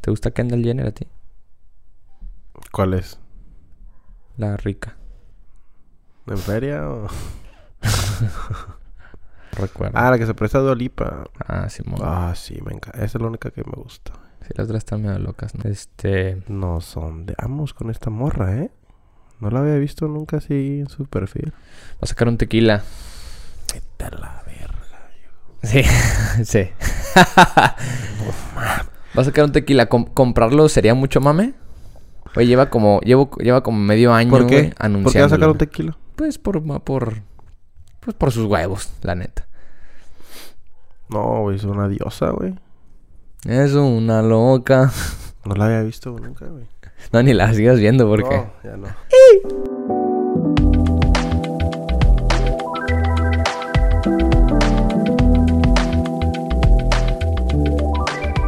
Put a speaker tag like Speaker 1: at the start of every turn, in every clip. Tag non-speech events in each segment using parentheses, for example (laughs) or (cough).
Speaker 1: ¿Te gusta Kendall Jenner a ti?
Speaker 2: ¿Cuál es?
Speaker 1: La rica.
Speaker 2: ¿En feria o...?
Speaker 1: Recuerda.
Speaker 2: Ah, la que se presta a Dolipa.
Speaker 1: Ah, Simón.
Speaker 2: Ah, sí, me encanta. Esa es la única que me gusta.
Speaker 1: Sí, las otras están medio locas, ¿no? Este.
Speaker 2: No son de ambos con esta morra, ¿eh? No la había visto nunca así en su perfil.
Speaker 1: Va a sacar un tequila.
Speaker 2: Vete a la verga.
Speaker 1: Sí, (laughs) (laughs) sí. Va a sacar un tequila. Com- ¿Comprarlo sería mucho mame? Oye, lleva como, llevo, lleva como medio año
Speaker 2: ¿Por
Speaker 1: güey,
Speaker 2: qué?
Speaker 1: anunciándolo.
Speaker 2: ¿Por qué va a sacar un tequila?
Speaker 1: Pues por, ma- por, pues por sus huevos, la neta.
Speaker 2: No, güey, es una diosa, güey.
Speaker 1: Es una loca. (laughs)
Speaker 2: No la había visto nunca, güey.
Speaker 1: No, ni la sigas viendo
Speaker 2: no,
Speaker 1: porque...
Speaker 2: ya no.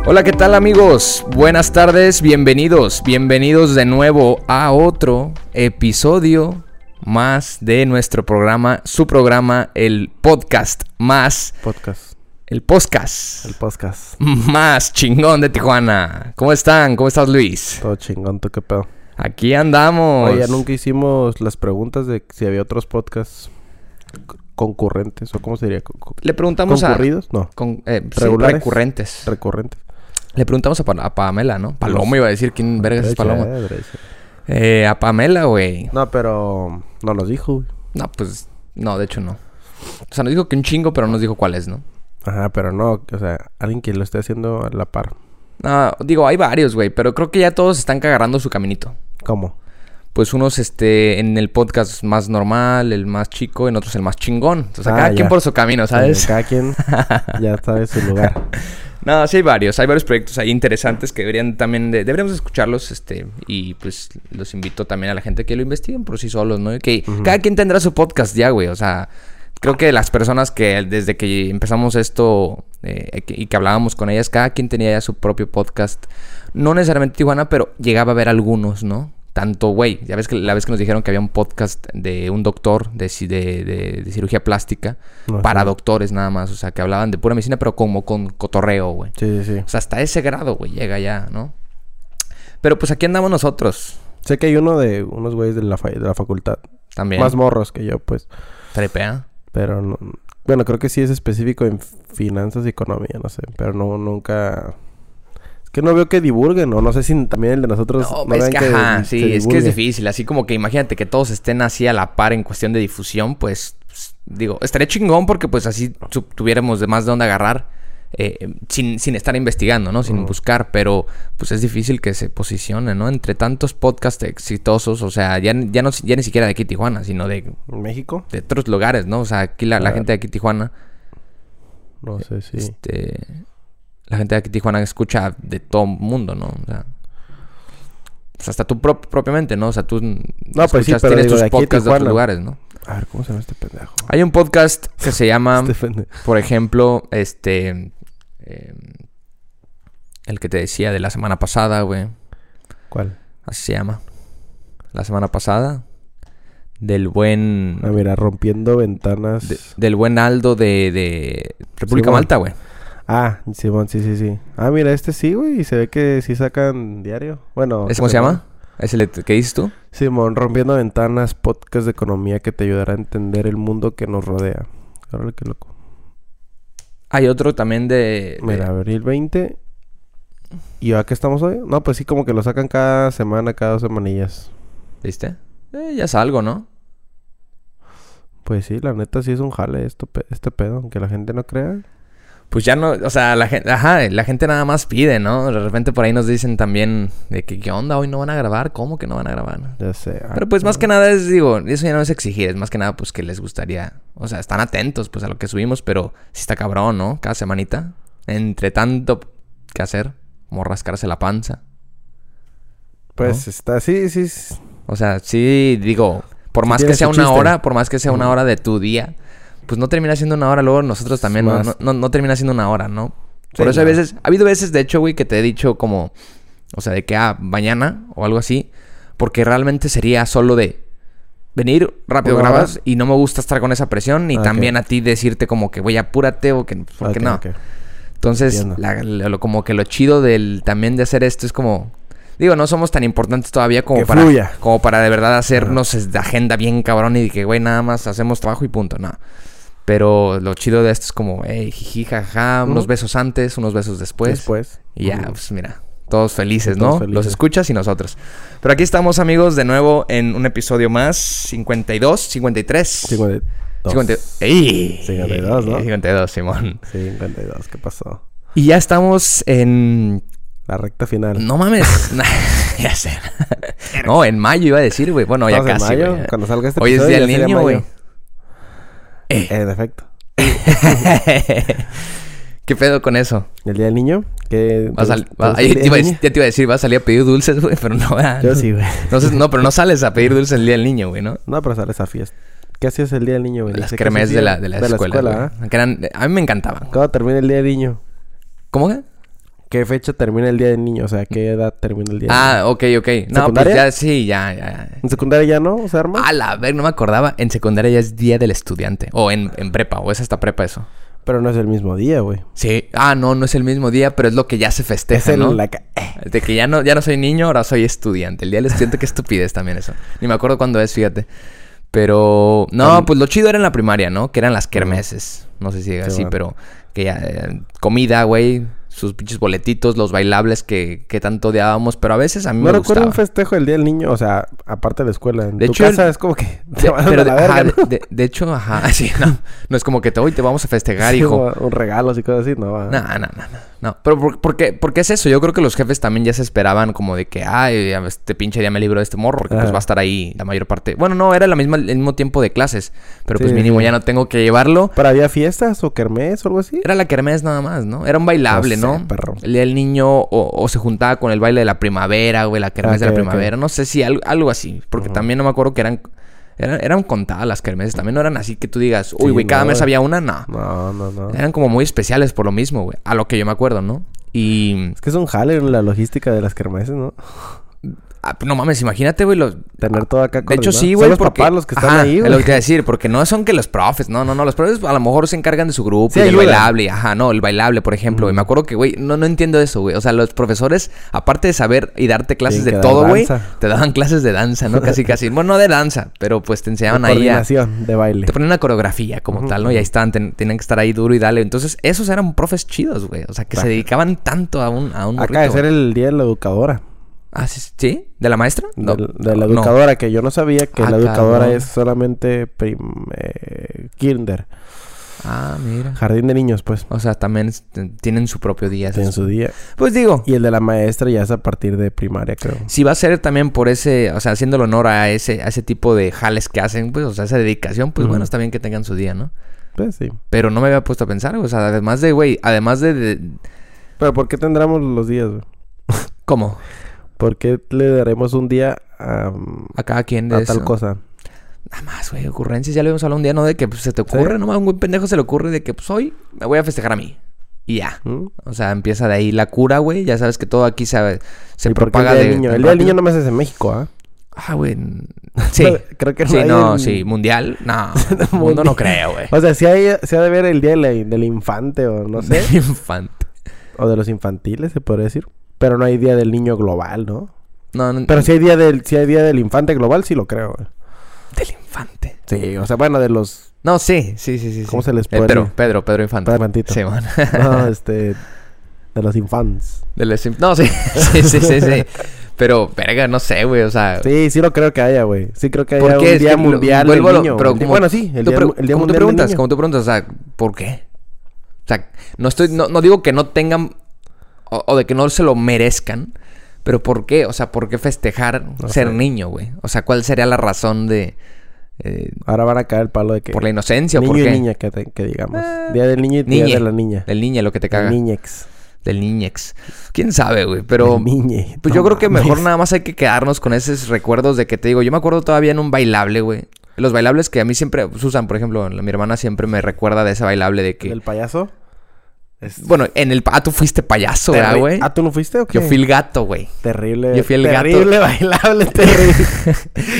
Speaker 1: Hola, ¿qué tal amigos? Buenas tardes, bienvenidos, bienvenidos de nuevo a otro episodio más de nuestro programa, su programa, el podcast más,
Speaker 2: Podcast.
Speaker 1: el podcast
Speaker 2: El podcast.
Speaker 1: más chingón de Tijuana. ¿Cómo están? ¿Cómo estás Luis?
Speaker 2: Todo chingón, ¿tú qué pedo?
Speaker 1: Aquí andamos.
Speaker 2: Oye, ya nunca hicimos las preguntas de si había otros podcasts c- concurrentes o cómo sería. Con- con-
Speaker 1: Le preguntamos a...
Speaker 2: ¿Concurridos? No,
Speaker 1: Con, eh, sí,
Speaker 2: ¿Regulares?
Speaker 1: recurrentes.
Speaker 2: recurrentes.
Speaker 1: Le preguntamos a, Pa- a Pamela, ¿no? Paloma
Speaker 2: Los-
Speaker 1: iba a decir, ¿quién vergas es
Speaker 2: Derecha,
Speaker 1: Paloma?
Speaker 2: eh, derecha.
Speaker 1: Eh, a Pamela, güey.
Speaker 2: No, pero no los dijo, güey.
Speaker 1: No, pues, no, de hecho no. O sea, nos dijo que un chingo, pero no nos dijo cuáles, ¿no?
Speaker 2: Ajá, pero no, o sea, alguien que lo esté haciendo a la par.
Speaker 1: No, digo, hay varios, güey, pero creo que ya todos están agarrando su caminito.
Speaker 2: ¿Cómo?
Speaker 1: Pues unos, este, en el podcast más normal, el más chico, en otros el más chingón. O sea,
Speaker 2: Ah,
Speaker 1: cada quien
Speaker 2: ya.
Speaker 1: por su camino, ¿sabes?
Speaker 2: Eh,
Speaker 1: (laughs)
Speaker 2: Cada quien ya sabe su lugar.
Speaker 1: No, sí hay varios, hay varios proyectos ahí interesantes que deberían también, de- deberíamos escucharlos, este, y pues los invito también a la gente que lo investiguen por sí solos, ¿no? Y Que cada quien tendrá su podcast ya, güey, o sea, creo que las personas que desde que empezamos esto eh, que- y que hablábamos con ellas, cada quien tenía ya su propio podcast, no necesariamente Tijuana, pero llegaba a ver algunos, ¿no? Tanto, güey, ya ves que la vez que nos dijeron que había un podcast de un doctor de, ci- de- de- de cirugía plástica
Speaker 2: No,
Speaker 1: para
Speaker 2: sí.
Speaker 1: doctores nada más, o sea, que hablaban de pura medicina, pero como con cotorreo, güey.
Speaker 2: Sí, sí, sí.
Speaker 1: O sea, hasta ese grado, güey, llega ya, ¿no? Pero pues aquí andamos nosotros
Speaker 2: Sé que hay uno de unos güeyes de la, fa- de la facultad.
Speaker 1: también.
Speaker 2: Más morros que yo, pues.
Speaker 1: Trepea.
Speaker 2: Pero no... Bueno, creo que sí es específico en finanzas y economía, no sé. Pero no, nunca... Es que no veo que divulguen, ¿no? No sé si también el de nosotros...
Speaker 1: No,
Speaker 2: no
Speaker 1: es
Speaker 2: vean
Speaker 1: que, ajá,
Speaker 2: di-
Speaker 1: sí,
Speaker 2: se
Speaker 1: es que es
Speaker 2: divulgue.
Speaker 1: difícil. Así como que imagínate que todos estén así a la par en cuestión de difusión, pues, pues, digo, estaría chingón porque pues así tu- tuviéramos de más de dónde agarrar eh, eh, sin, sin estar investigando, ¿no? Sin buscar, pero pues es difícil que se posicione, ¿no? Entre tantos podcasts exitosos, o sea, ya, ya, no, ya ni siquiera de aquí Tijuana, sino de,
Speaker 2: ¿En México?
Speaker 1: de otros lugares, ¿no? O sea, aquí la, la
Speaker 2: Claro.
Speaker 1: gente de aquí Tijuana...
Speaker 2: No sé si...
Speaker 1: este, la gente de aquí de Tijuana escucha de todo mundo, ¿no? O sea, pues hasta tú prop- propiamente, ¿no? O sea, tú no,
Speaker 2: No, pues sí, pero
Speaker 1: tienes
Speaker 2: digo,
Speaker 1: tus
Speaker 2: de aquí de
Speaker 1: podcasts de otros
Speaker 2: Tijuana.
Speaker 1: lugares, ¿no?
Speaker 2: A ver, ¿cómo se llama este pendejo?
Speaker 1: Hay un podcast que se llama,
Speaker 2: (laughs) Este pendejo.
Speaker 1: por ejemplo, este, eh, el que te decía de la semana pasada, güey,
Speaker 2: ¿Cuál?
Speaker 1: así se llama, la semana pasada, del buen,
Speaker 2: Ah, mira, rompiendo ventanas...
Speaker 1: de- del buen Aldo de, de República
Speaker 2: Sí, güey.
Speaker 1: Malta, güey.
Speaker 2: Ah, Simón, sí, sí, sí. Ah, mira, este sí, güey. y Se ve que sí sacan diario. Bueno.
Speaker 1: ¿Ese cómo se
Speaker 2: semana.
Speaker 1: llama? ¿Es el que dices tú?
Speaker 2: Simón, Rompiendo Ventanas, podcast de economía que te ayudará a entender el mundo que nos rodea. Órale, qué loco.
Speaker 1: Hay otro también de... de-
Speaker 2: Mira, abril 20. ¿Y a qué estamos hoy? No, pues sí, como que lo sacan cada semana, cada dos semanillas.
Speaker 1: ¿Viste? Eh, ya es algo, ¿no?
Speaker 2: Pues sí, la neta sí es un jale esto, pe- este pedo, aunque la gente no crea.
Speaker 1: Pues ya no, o sea, la gente, ajá, la gente nada más pide, ¿no? De repente por ahí nos dicen también de que qué onda, hoy no van a grabar, ¿cómo que no van a grabar?
Speaker 2: Ya sé. ah,
Speaker 1: Pero pues más que nada es, digo, eso ya no es exigir, es más que nada pues que les gustaría, o sea, están atentos pues a lo que subimos, pero sí está cabrón, ¿no? Cada semanita, entre tanto que hacer, como rascarse la panza.
Speaker 2: Pues está, sí, sí. s-
Speaker 1: O sea, sí, digo, por
Speaker 2: Sí
Speaker 1: más que
Speaker 2: tiene su
Speaker 1: sea una
Speaker 2: chiste.
Speaker 1: hora, por más que sea una hora de tu día, pues no termina siendo una hora. Luego nosotros también no,
Speaker 2: Más.
Speaker 1: no, no- no termina siendo una hora, ¿no? Por
Speaker 2: Sí,
Speaker 1: eso a
Speaker 2: no.
Speaker 1: veces, ha habido veces, de hecho, güey, que te he dicho como, o sea, de que ah, mañana o algo así, porque realmente sería solo de venir rápido
Speaker 2: ¿Una hora?
Speaker 1: grabas y no me gusta estar con esa presión y
Speaker 2: Ah, ok. Ah,
Speaker 1: también a ti decirte como que, güey, apúrate o que, porque
Speaker 2: ok,
Speaker 1: no.
Speaker 2: ok.
Speaker 1: Entonces,
Speaker 2: Entiendo.
Speaker 1: la- lo- como que lo chido del también de hacer esto es como. Digo, no somos tan importantes todavía como
Speaker 2: Que
Speaker 1: para.
Speaker 2: fluya.
Speaker 1: Como para de verdad hacernos es- de agenda bien cabrón y de que, güey, nada más hacemos trabajo y punto. No. Pero lo chido de esto es como, hey, jiji, jaja, unos
Speaker 2: Ujú.
Speaker 1: besos antes, unos besos después.
Speaker 2: Después.
Speaker 1: Y Pues, ya,
Speaker 2: Ujú.
Speaker 1: pues mira, todos felices,
Speaker 2: Todos
Speaker 1: ¿no?
Speaker 2: felices.
Speaker 1: Los escuchas y nosotros. Pero aquí estamos, amigos, de nuevo en un episodio más. 52, 53.
Speaker 2: 52.
Speaker 1: 50 ¡Ey!
Speaker 2: 52, ¿no?
Speaker 1: 52, Simón.
Speaker 2: 52, ¿qué pasó?
Speaker 1: Y ya estamos en.
Speaker 2: La recta final.
Speaker 1: No mames. (laughs) Nah, ya sé. no, en mayo iba a decir, güey. Bueno, ya
Speaker 2: Estamos en
Speaker 1: casi.
Speaker 2: mayo,
Speaker 1: güey.
Speaker 2: cuando salga este
Speaker 1: Hoy es
Speaker 2: episodio
Speaker 1: día
Speaker 2: ya
Speaker 1: del
Speaker 2: sería
Speaker 1: niño,
Speaker 2: mayo.
Speaker 1: güey. Eh.
Speaker 2: En efecto.
Speaker 1: (laughs) ¿Qué pedo con eso?
Speaker 2: El día del niño, que...
Speaker 1: Vas a- va- ay, te iba a- ya te iba a decir, vas a salir a pedir dulces, güey, pero no. ah,
Speaker 2: pues, Yo
Speaker 1: no.
Speaker 2: sí, güey. (laughs)
Speaker 1: No, sé- no, pero no sales a pedir dulces el día del niño, güey, ¿no?
Speaker 2: No, pero sale esa fiesta. ¿Qué hacías el día del niño, güey?
Speaker 1: Las
Speaker 2: Dice, ¿qué
Speaker 1: cremes
Speaker 2: hacías
Speaker 1: de la, de la escuela.
Speaker 2: escuela, ¿ah?
Speaker 1: güey. Que eran- a mí me encantaban.
Speaker 2: ¿Cuándo termina el día del niño?
Speaker 1: ¿Cómo que?
Speaker 2: ¿Qué fecha termina el día del niño? O sea, ¿qué edad termina el día del niño?
Speaker 1: Ah, ok, ok. No, pues
Speaker 2: ¿Secundaria?
Speaker 1: ya, sí, ya, ya. ya.
Speaker 2: ¿En secundaria ya no? ¿Se arma?
Speaker 1: A la ver, no me acordaba. En secundaria ya es día del estudiante. O en, en prepa, o es hasta prepa eso.
Speaker 2: Pero no es el mismo día, güey.
Speaker 1: Sí. Ah, no, no es el mismo día, pero es lo que ya se festeja,
Speaker 2: Es el...
Speaker 1: ¿no?
Speaker 2: la ca- eh.
Speaker 1: De que ya no, ya no soy niño, ahora soy estudiante. El día del estudiante, qué estupidez también eso. Ni me acuerdo cuándo es, fíjate. Pero, no, pues lo chido era en la primaria, ¿no? Que eran las kermeses. No sé si diga
Speaker 2: Sí,
Speaker 1: así,
Speaker 2: bueno.
Speaker 1: pero que ya, eh, comida, güey, sus pinches boletitos, los bailables que, que tanto odiábamos, pero a veces a mí
Speaker 2: No
Speaker 1: me
Speaker 2: recuerdo
Speaker 1: gustaba.
Speaker 2: un (laughs) festejo del día del niño, o sea, aparte de la escuela. En
Speaker 1: De
Speaker 2: tu
Speaker 1: hecho,
Speaker 2: casa
Speaker 1: el-
Speaker 2: es como que (laughs) te
Speaker 1: De,
Speaker 2: mandan
Speaker 1: pero
Speaker 2: a
Speaker 1: de,
Speaker 2: la
Speaker 1: ajá,
Speaker 2: verga, ¿no?
Speaker 1: de- de- de hecho, ajá, (laughs) sí, no. No es como que te hoy te vamos a festejar,
Speaker 2: Sí,
Speaker 1: hijo.
Speaker 2: como Un regalo, así cosas así, no. Ah. va.
Speaker 1: No, no, no, no. no. Pero por, por qué, por qué es eso? Yo creo que los jefes también ya se esperaban como de que, ay, a este pinche día me libro de este morro, porque pues
Speaker 2: Ah.
Speaker 1: va a estar ahí la mayor parte. Bueno, no, era la misma, el mismo tiempo de clases, pero pues
Speaker 2: Sí,
Speaker 1: mínimo
Speaker 2: sí.
Speaker 1: ya no tengo que llevarlo.
Speaker 2: ¿Pero había fiestas o kermés o algo así?
Speaker 1: Era la kermés nada más, ¿no? Era un bailable, ¿no?
Speaker 2: No sé, Ah, perro.
Speaker 1: El día del niño o, o se juntaba con el baile de la primavera, güey, la kermés de la
Speaker 2: Ok, ok.
Speaker 1: primavera. No sé si algo, algo así, porque también no me acuerdo que eran... Eran, eran contadas las kermeses, también no eran así que tú digas, uy,
Speaker 2: Sí,
Speaker 1: güey, cada
Speaker 2: no,
Speaker 1: mes
Speaker 2: güey.
Speaker 1: había una, no.
Speaker 2: No, no, no.
Speaker 1: Eran como muy especiales por lo mismo, güey, a lo que yo me acuerdo, ¿no? Y
Speaker 2: Es que es un jale en la logística de las kermeses, ¿no?
Speaker 1: Ah, no mames, imagínate, güey. los-
Speaker 2: Tener todo acá
Speaker 1: De hecho,
Speaker 2: coordinado.
Speaker 1: sí, güey.
Speaker 2: Son los
Speaker 1: porque-
Speaker 2: papás los que están
Speaker 1: Ajá,
Speaker 2: ahí,
Speaker 1: Es lo
Speaker 2: güey.
Speaker 1: que te iba a decir, porque no son que los profes, no, no, no. Los profes a lo mejor se encargan de su grupo
Speaker 2: Sí,
Speaker 1: y del
Speaker 2: ayudan.
Speaker 1: bailable. y Ajá, no, el bailable, por ejemplo. Y me acuerdo que, güey, no, no entiendo eso, güey. O sea, los profesores, aparte de saber y darte clases
Speaker 2: Tienen
Speaker 1: de
Speaker 2: que dar
Speaker 1: todo, güey,
Speaker 2: danza.
Speaker 1: te daban (laughs) clases de danza, ¿no? Casi, casi. Bueno, no de danza, pero pues te
Speaker 2: De
Speaker 1: enseñaban ahí a.
Speaker 2: coordinación de baile.
Speaker 1: Te ponen una coreografía como tal, ¿no? Y ahí estaban, ten- tenían que estar ahí duro y dale. Entonces, esos eran profes chidos, güey. O sea, que se dedicaban tanto a un, a un
Speaker 2: Acá de
Speaker 1: morrito,
Speaker 2: ser
Speaker 1: güey.
Speaker 2: el día de la educadora.
Speaker 1: Ah, ¿sí? ¿Sí? ¿De la maestra? No.
Speaker 2: Del- de la
Speaker 1: No.
Speaker 2: educadora, que yo no sabía que
Speaker 1: Ah,
Speaker 2: la educadora
Speaker 1: cabrón.
Speaker 2: es solamente prim- eh, kinder.
Speaker 1: Ah, mira.
Speaker 2: Jardín de niños, pues.
Speaker 1: O sea, también es- t- tienen su propio día.
Speaker 2: En
Speaker 1: esas-
Speaker 2: su día.
Speaker 1: Pues digo,
Speaker 2: Y el de la maestra ya es a partir de primaria, creo.
Speaker 1: si va a ser también por ese, o sea, haciendo el honor a ese, a ese tipo de jales que hacen, pues, o sea, esa dedicación, pues
Speaker 2: Ujú.
Speaker 1: bueno, está bien que tengan su día, ¿no?
Speaker 2: Pues sí.
Speaker 1: Pero no me había puesto a pensar, o sea, además de, güey, además de, de-
Speaker 2: Pero ¿por qué tendremos los días, güey?
Speaker 1: ¿Cómo?
Speaker 2: ¿Por qué le daremos un día a,
Speaker 1: A cada quien de
Speaker 2: a
Speaker 1: eso.
Speaker 2: tal cosa?
Speaker 1: Nada más, güey, ocurrencias. Ya lo habíamos hablado un día, ¿no? De que pues, se te ocurre,
Speaker 2: Sí.
Speaker 1: nomás un buen pendejo se le ocurre de que, pues, hoy me voy a festejar a mí. Y ya.
Speaker 2: ¿Mm?
Speaker 1: O sea, empieza de ahí la cura, güey. Ya sabes que todo aquí se, se
Speaker 2: ¿Y por qué
Speaker 1: propaga
Speaker 2: el día
Speaker 1: de...
Speaker 2: del niño.
Speaker 1: tan
Speaker 2: El día del
Speaker 1: rápido.
Speaker 2: niño no me haces en México, ¿ah?
Speaker 1: Ah,
Speaker 2: (laughs)
Speaker 1: güey. n- Sí.
Speaker 2: Creo que no
Speaker 1: sí,
Speaker 2: hay
Speaker 1: no,
Speaker 2: en-
Speaker 1: sí.
Speaker 2: (laughs)
Speaker 1: Mundial, no. mundo no creo, güey.
Speaker 2: O sea, si hay, sí ha de ver el día de la- del infante o no
Speaker 1: (laughs)
Speaker 2: sé.
Speaker 1: Del infante.
Speaker 2: o de los infantiles, se podría decir. Pero no hay día del niño global, ¿no?
Speaker 1: No, no.
Speaker 2: Pero si hay día del, si hay día del infante global, sí lo creo, eh. güey.
Speaker 1: Del infante.
Speaker 2: Sí, o sea, bueno, de los...
Speaker 1: No, sí, sí, sí, sí. sí.
Speaker 2: ¿Cómo se les
Speaker 1: Eh,
Speaker 2: puede-
Speaker 1: Pedro, Pedro, Pedro Infante.
Speaker 2: Pedro Infantito.
Speaker 1: Sí, man. (laughs)
Speaker 2: No, este... De los infants.
Speaker 1: Del inf- No, sí. (laughs) sí, sí, sí,
Speaker 2: (laughs)
Speaker 1: sí. Pero, verga, no sé, güey. O sea,
Speaker 2: Sí, sí lo creo que haya, güey. Sí creo que
Speaker 1: ¿por
Speaker 2: haya un
Speaker 1: qué? Es
Speaker 2: día
Speaker 1: que lo-
Speaker 2: mundial
Speaker 1: vuelvo a
Speaker 2: del
Speaker 1: lo-
Speaker 2: niño.
Speaker 1: pero
Speaker 2: El día-
Speaker 1: como-
Speaker 2: bueno, sí, el
Speaker 1: tú
Speaker 2: día,
Speaker 1: pre-
Speaker 2: el día
Speaker 1: como tú
Speaker 2: mundial
Speaker 1: preguntas,
Speaker 2: del niño.
Speaker 1: como tú preguntas, o sea, ¿por qué? O sea, no estoy, no, no digo que no tengan o, o de que no se lo merezcan, pero ¿por qué? O sea, ¿por qué festejar
Speaker 2: No
Speaker 1: ser
Speaker 2: sé.
Speaker 1: niño, güey? O sea, ¿cuál sería la razón de eh,
Speaker 2: Ahora van a caer el palo de que...
Speaker 1: por la inocencia o
Speaker 2: niño
Speaker 1: por
Speaker 2: y
Speaker 1: qué?
Speaker 2: niña, que, te- que digamos.
Speaker 1: Eh,
Speaker 2: Día del niño y
Speaker 1: niñe.
Speaker 2: día de la niña.
Speaker 1: Del niño, lo que te caga.
Speaker 2: Del niñex.
Speaker 1: Del niñex. ¿Quién sabe, güey? Pero
Speaker 2: Del niñe.
Speaker 1: pues
Speaker 2: No
Speaker 1: yo creo que
Speaker 2: mames.
Speaker 1: mejor
Speaker 2: (laughs)
Speaker 1: nada más hay que quedarnos con esos recuerdos de que te digo, yo me acuerdo todavía en un bailable, güey. Los bailables que a mí siempre, Susan, por ejemplo, la- mi hermana siempre me recuerda de ese bailable de que...
Speaker 2: ¿Del payaso? Es-
Speaker 1: Bueno, en el... Ah, tú fuiste payaso,
Speaker 2: terri-
Speaker 1: ¿verdad, güey?
Speaker 2: Ah, ¿tú no fuiste o qué?
Speaker 1: Yo fui el gato, güey.
Speaker 2: Terrible.
Speaker 1: yo fui el gato. (laughs)
Speaker 2: Terrible, bailable, terrible.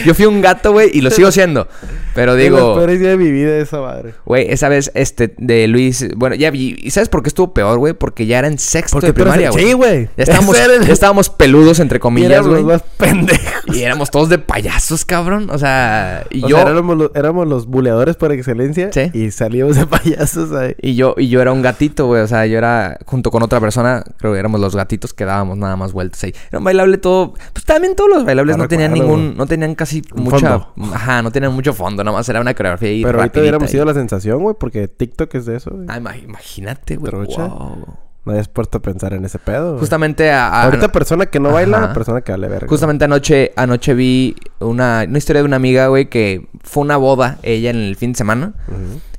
Speaker 1: Yo fui un gato, güey, y lo sigo siendo. Pero
Speaker 2: Es la
Speaker 1: digo...
Speaker 2: peor idea de mi vida esa madre.
Speaker 1: Güey, esa vez, este, de Luis... Bueno, ya vi... ¿Y sabes por qué estuvo peor, güey? Porque ya era en sexto de
Speaker 2: tú eres
Speaker 1: primaria,
Speaker 2: el-
Speaker 1: güey.
Speaker 2: Sí, güey.
Speaker 1: Ya estábamos,
Speaker 2: Ese era el- (laughs)
Speaker 1: ya estábamos peludos, entre comillas,
Speaker 2: éramos
Speaker 1: güey.
Speaker 2: los más pendejos.
Speaker 1: Y éramos todos de payasos, cabrón. O sea, y
Speaker 2: O
Speaker 1: yo...
Speaker 2: sea, éramos, los, éramos los buleadores por excelencia.
Speaker 1: Sí.
Speaker 2: Y salíamos de payasos ahí.
Speaker 1: Y yo, y yo era un gatito, güey. O sea, yo era, junto con otra persona, creo que éramos los gatitos que dábamos nada más vueltas ahí. Era un bailable todo. Pues también todos los bailables
Speaker 2: No
Speaker 1: no, tenían
Speaker 2: recuerdo,
Speaker 1: ningún.
Speaker 2: güey.
Speaker 1: No tenían casi
Speaker 2: Un
Speaker 1: mucha.
Speaker 2: fondo.
Speaker 1: Ajá, no tenían mucho fondo. Nada más era una coreografía y
Speaker 2: Pero ahorita hubiéramos sido la sensación, güey, porque TikTok es de eso, güey.
Speaker 1: Ah, imagínate, güey.
Speaker 2: Trocha.
Speaker 1: Wow.
Speaker 2: No habías puesto a pensar en ese pedo. güey.
Speaker 1: Justamente a- a-
Speaker 2: Ahorita persona que no baila,
Speaker 1: Ah, Ajá.
Speaker 2: persona que vale verga.
Speaker 1: Justamente anoche, anoche vi una, una historia de una amiga, güey, que fue una boda ella en el fin de semana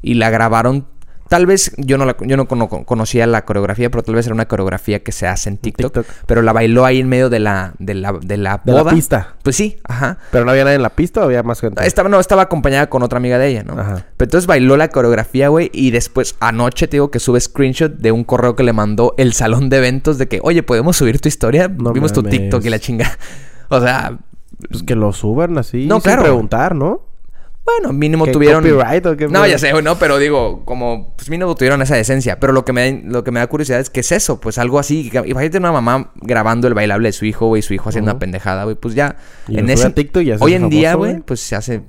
Speaker 1: y la grabaron. Tal vez yo no, la- yo no cono- conocía la coreografía, pero tal vez era una coreografía que se hace en TikTok.
Speaker 2: TikTok.
Speaker 1: Pero la bailó ahí en medio de la, de la, de la
Speaker 2: De la
Speaker 1: boda.
Speaker 2: pista.
Speaker 1: Pues sí, ajá.
Speaker 2: Pero no había nadie en la pista o había más gente.
Speaker 1: Estaba, no, estaba acompañada con otra amiga de ella, ¿no?
Speaker 2: Ajá.
Speaker 1: Pero entonces bailó la coreografía, güey, y después anoche te digo que sube screenshot de un correo que le mandó el salón de eventos de que, oye, ¿podemos subir tu historia?
Speaker 2: No
Speaker 1: Vimos tu
Speaker 2: mames.
Speaker 1: TikTok y la chinga. (laughs) O sea,
Speaker 2: Pues que lo suban así.
Speaker 1: No,
Speaker 2: sin
Speaker 1: claro.
Speaker 2: preguntar, ¿no?
Speaker 1: bueno, mínimo
Speaker 2: ¿Qué
Speaker 1: tuvieron...
Speaker 2: copyright o qué
Speaker 1: no,
Speaker 2: pedo?
Speaker 1: ya sé, güey, no, pero digo, como, pues mínimo tuvieron esa esencia. Pero lo que me, lo que me da curiosidad es que es eso, pues algo así. que- Imagínate una mamá grabando el bailable de su hijo, güey, su hijo haciendo una pendejada, güey. Pues ya,
Speaker 2: Y lo sube a TikTok y ya se
Speaker 1: hoy
Speaker 2: hace
Speaker 1: en día,
Speaker 2: famoso,
Speaker 1: güey,
Speaker 2: güey.
Speaker 1: pues se hace,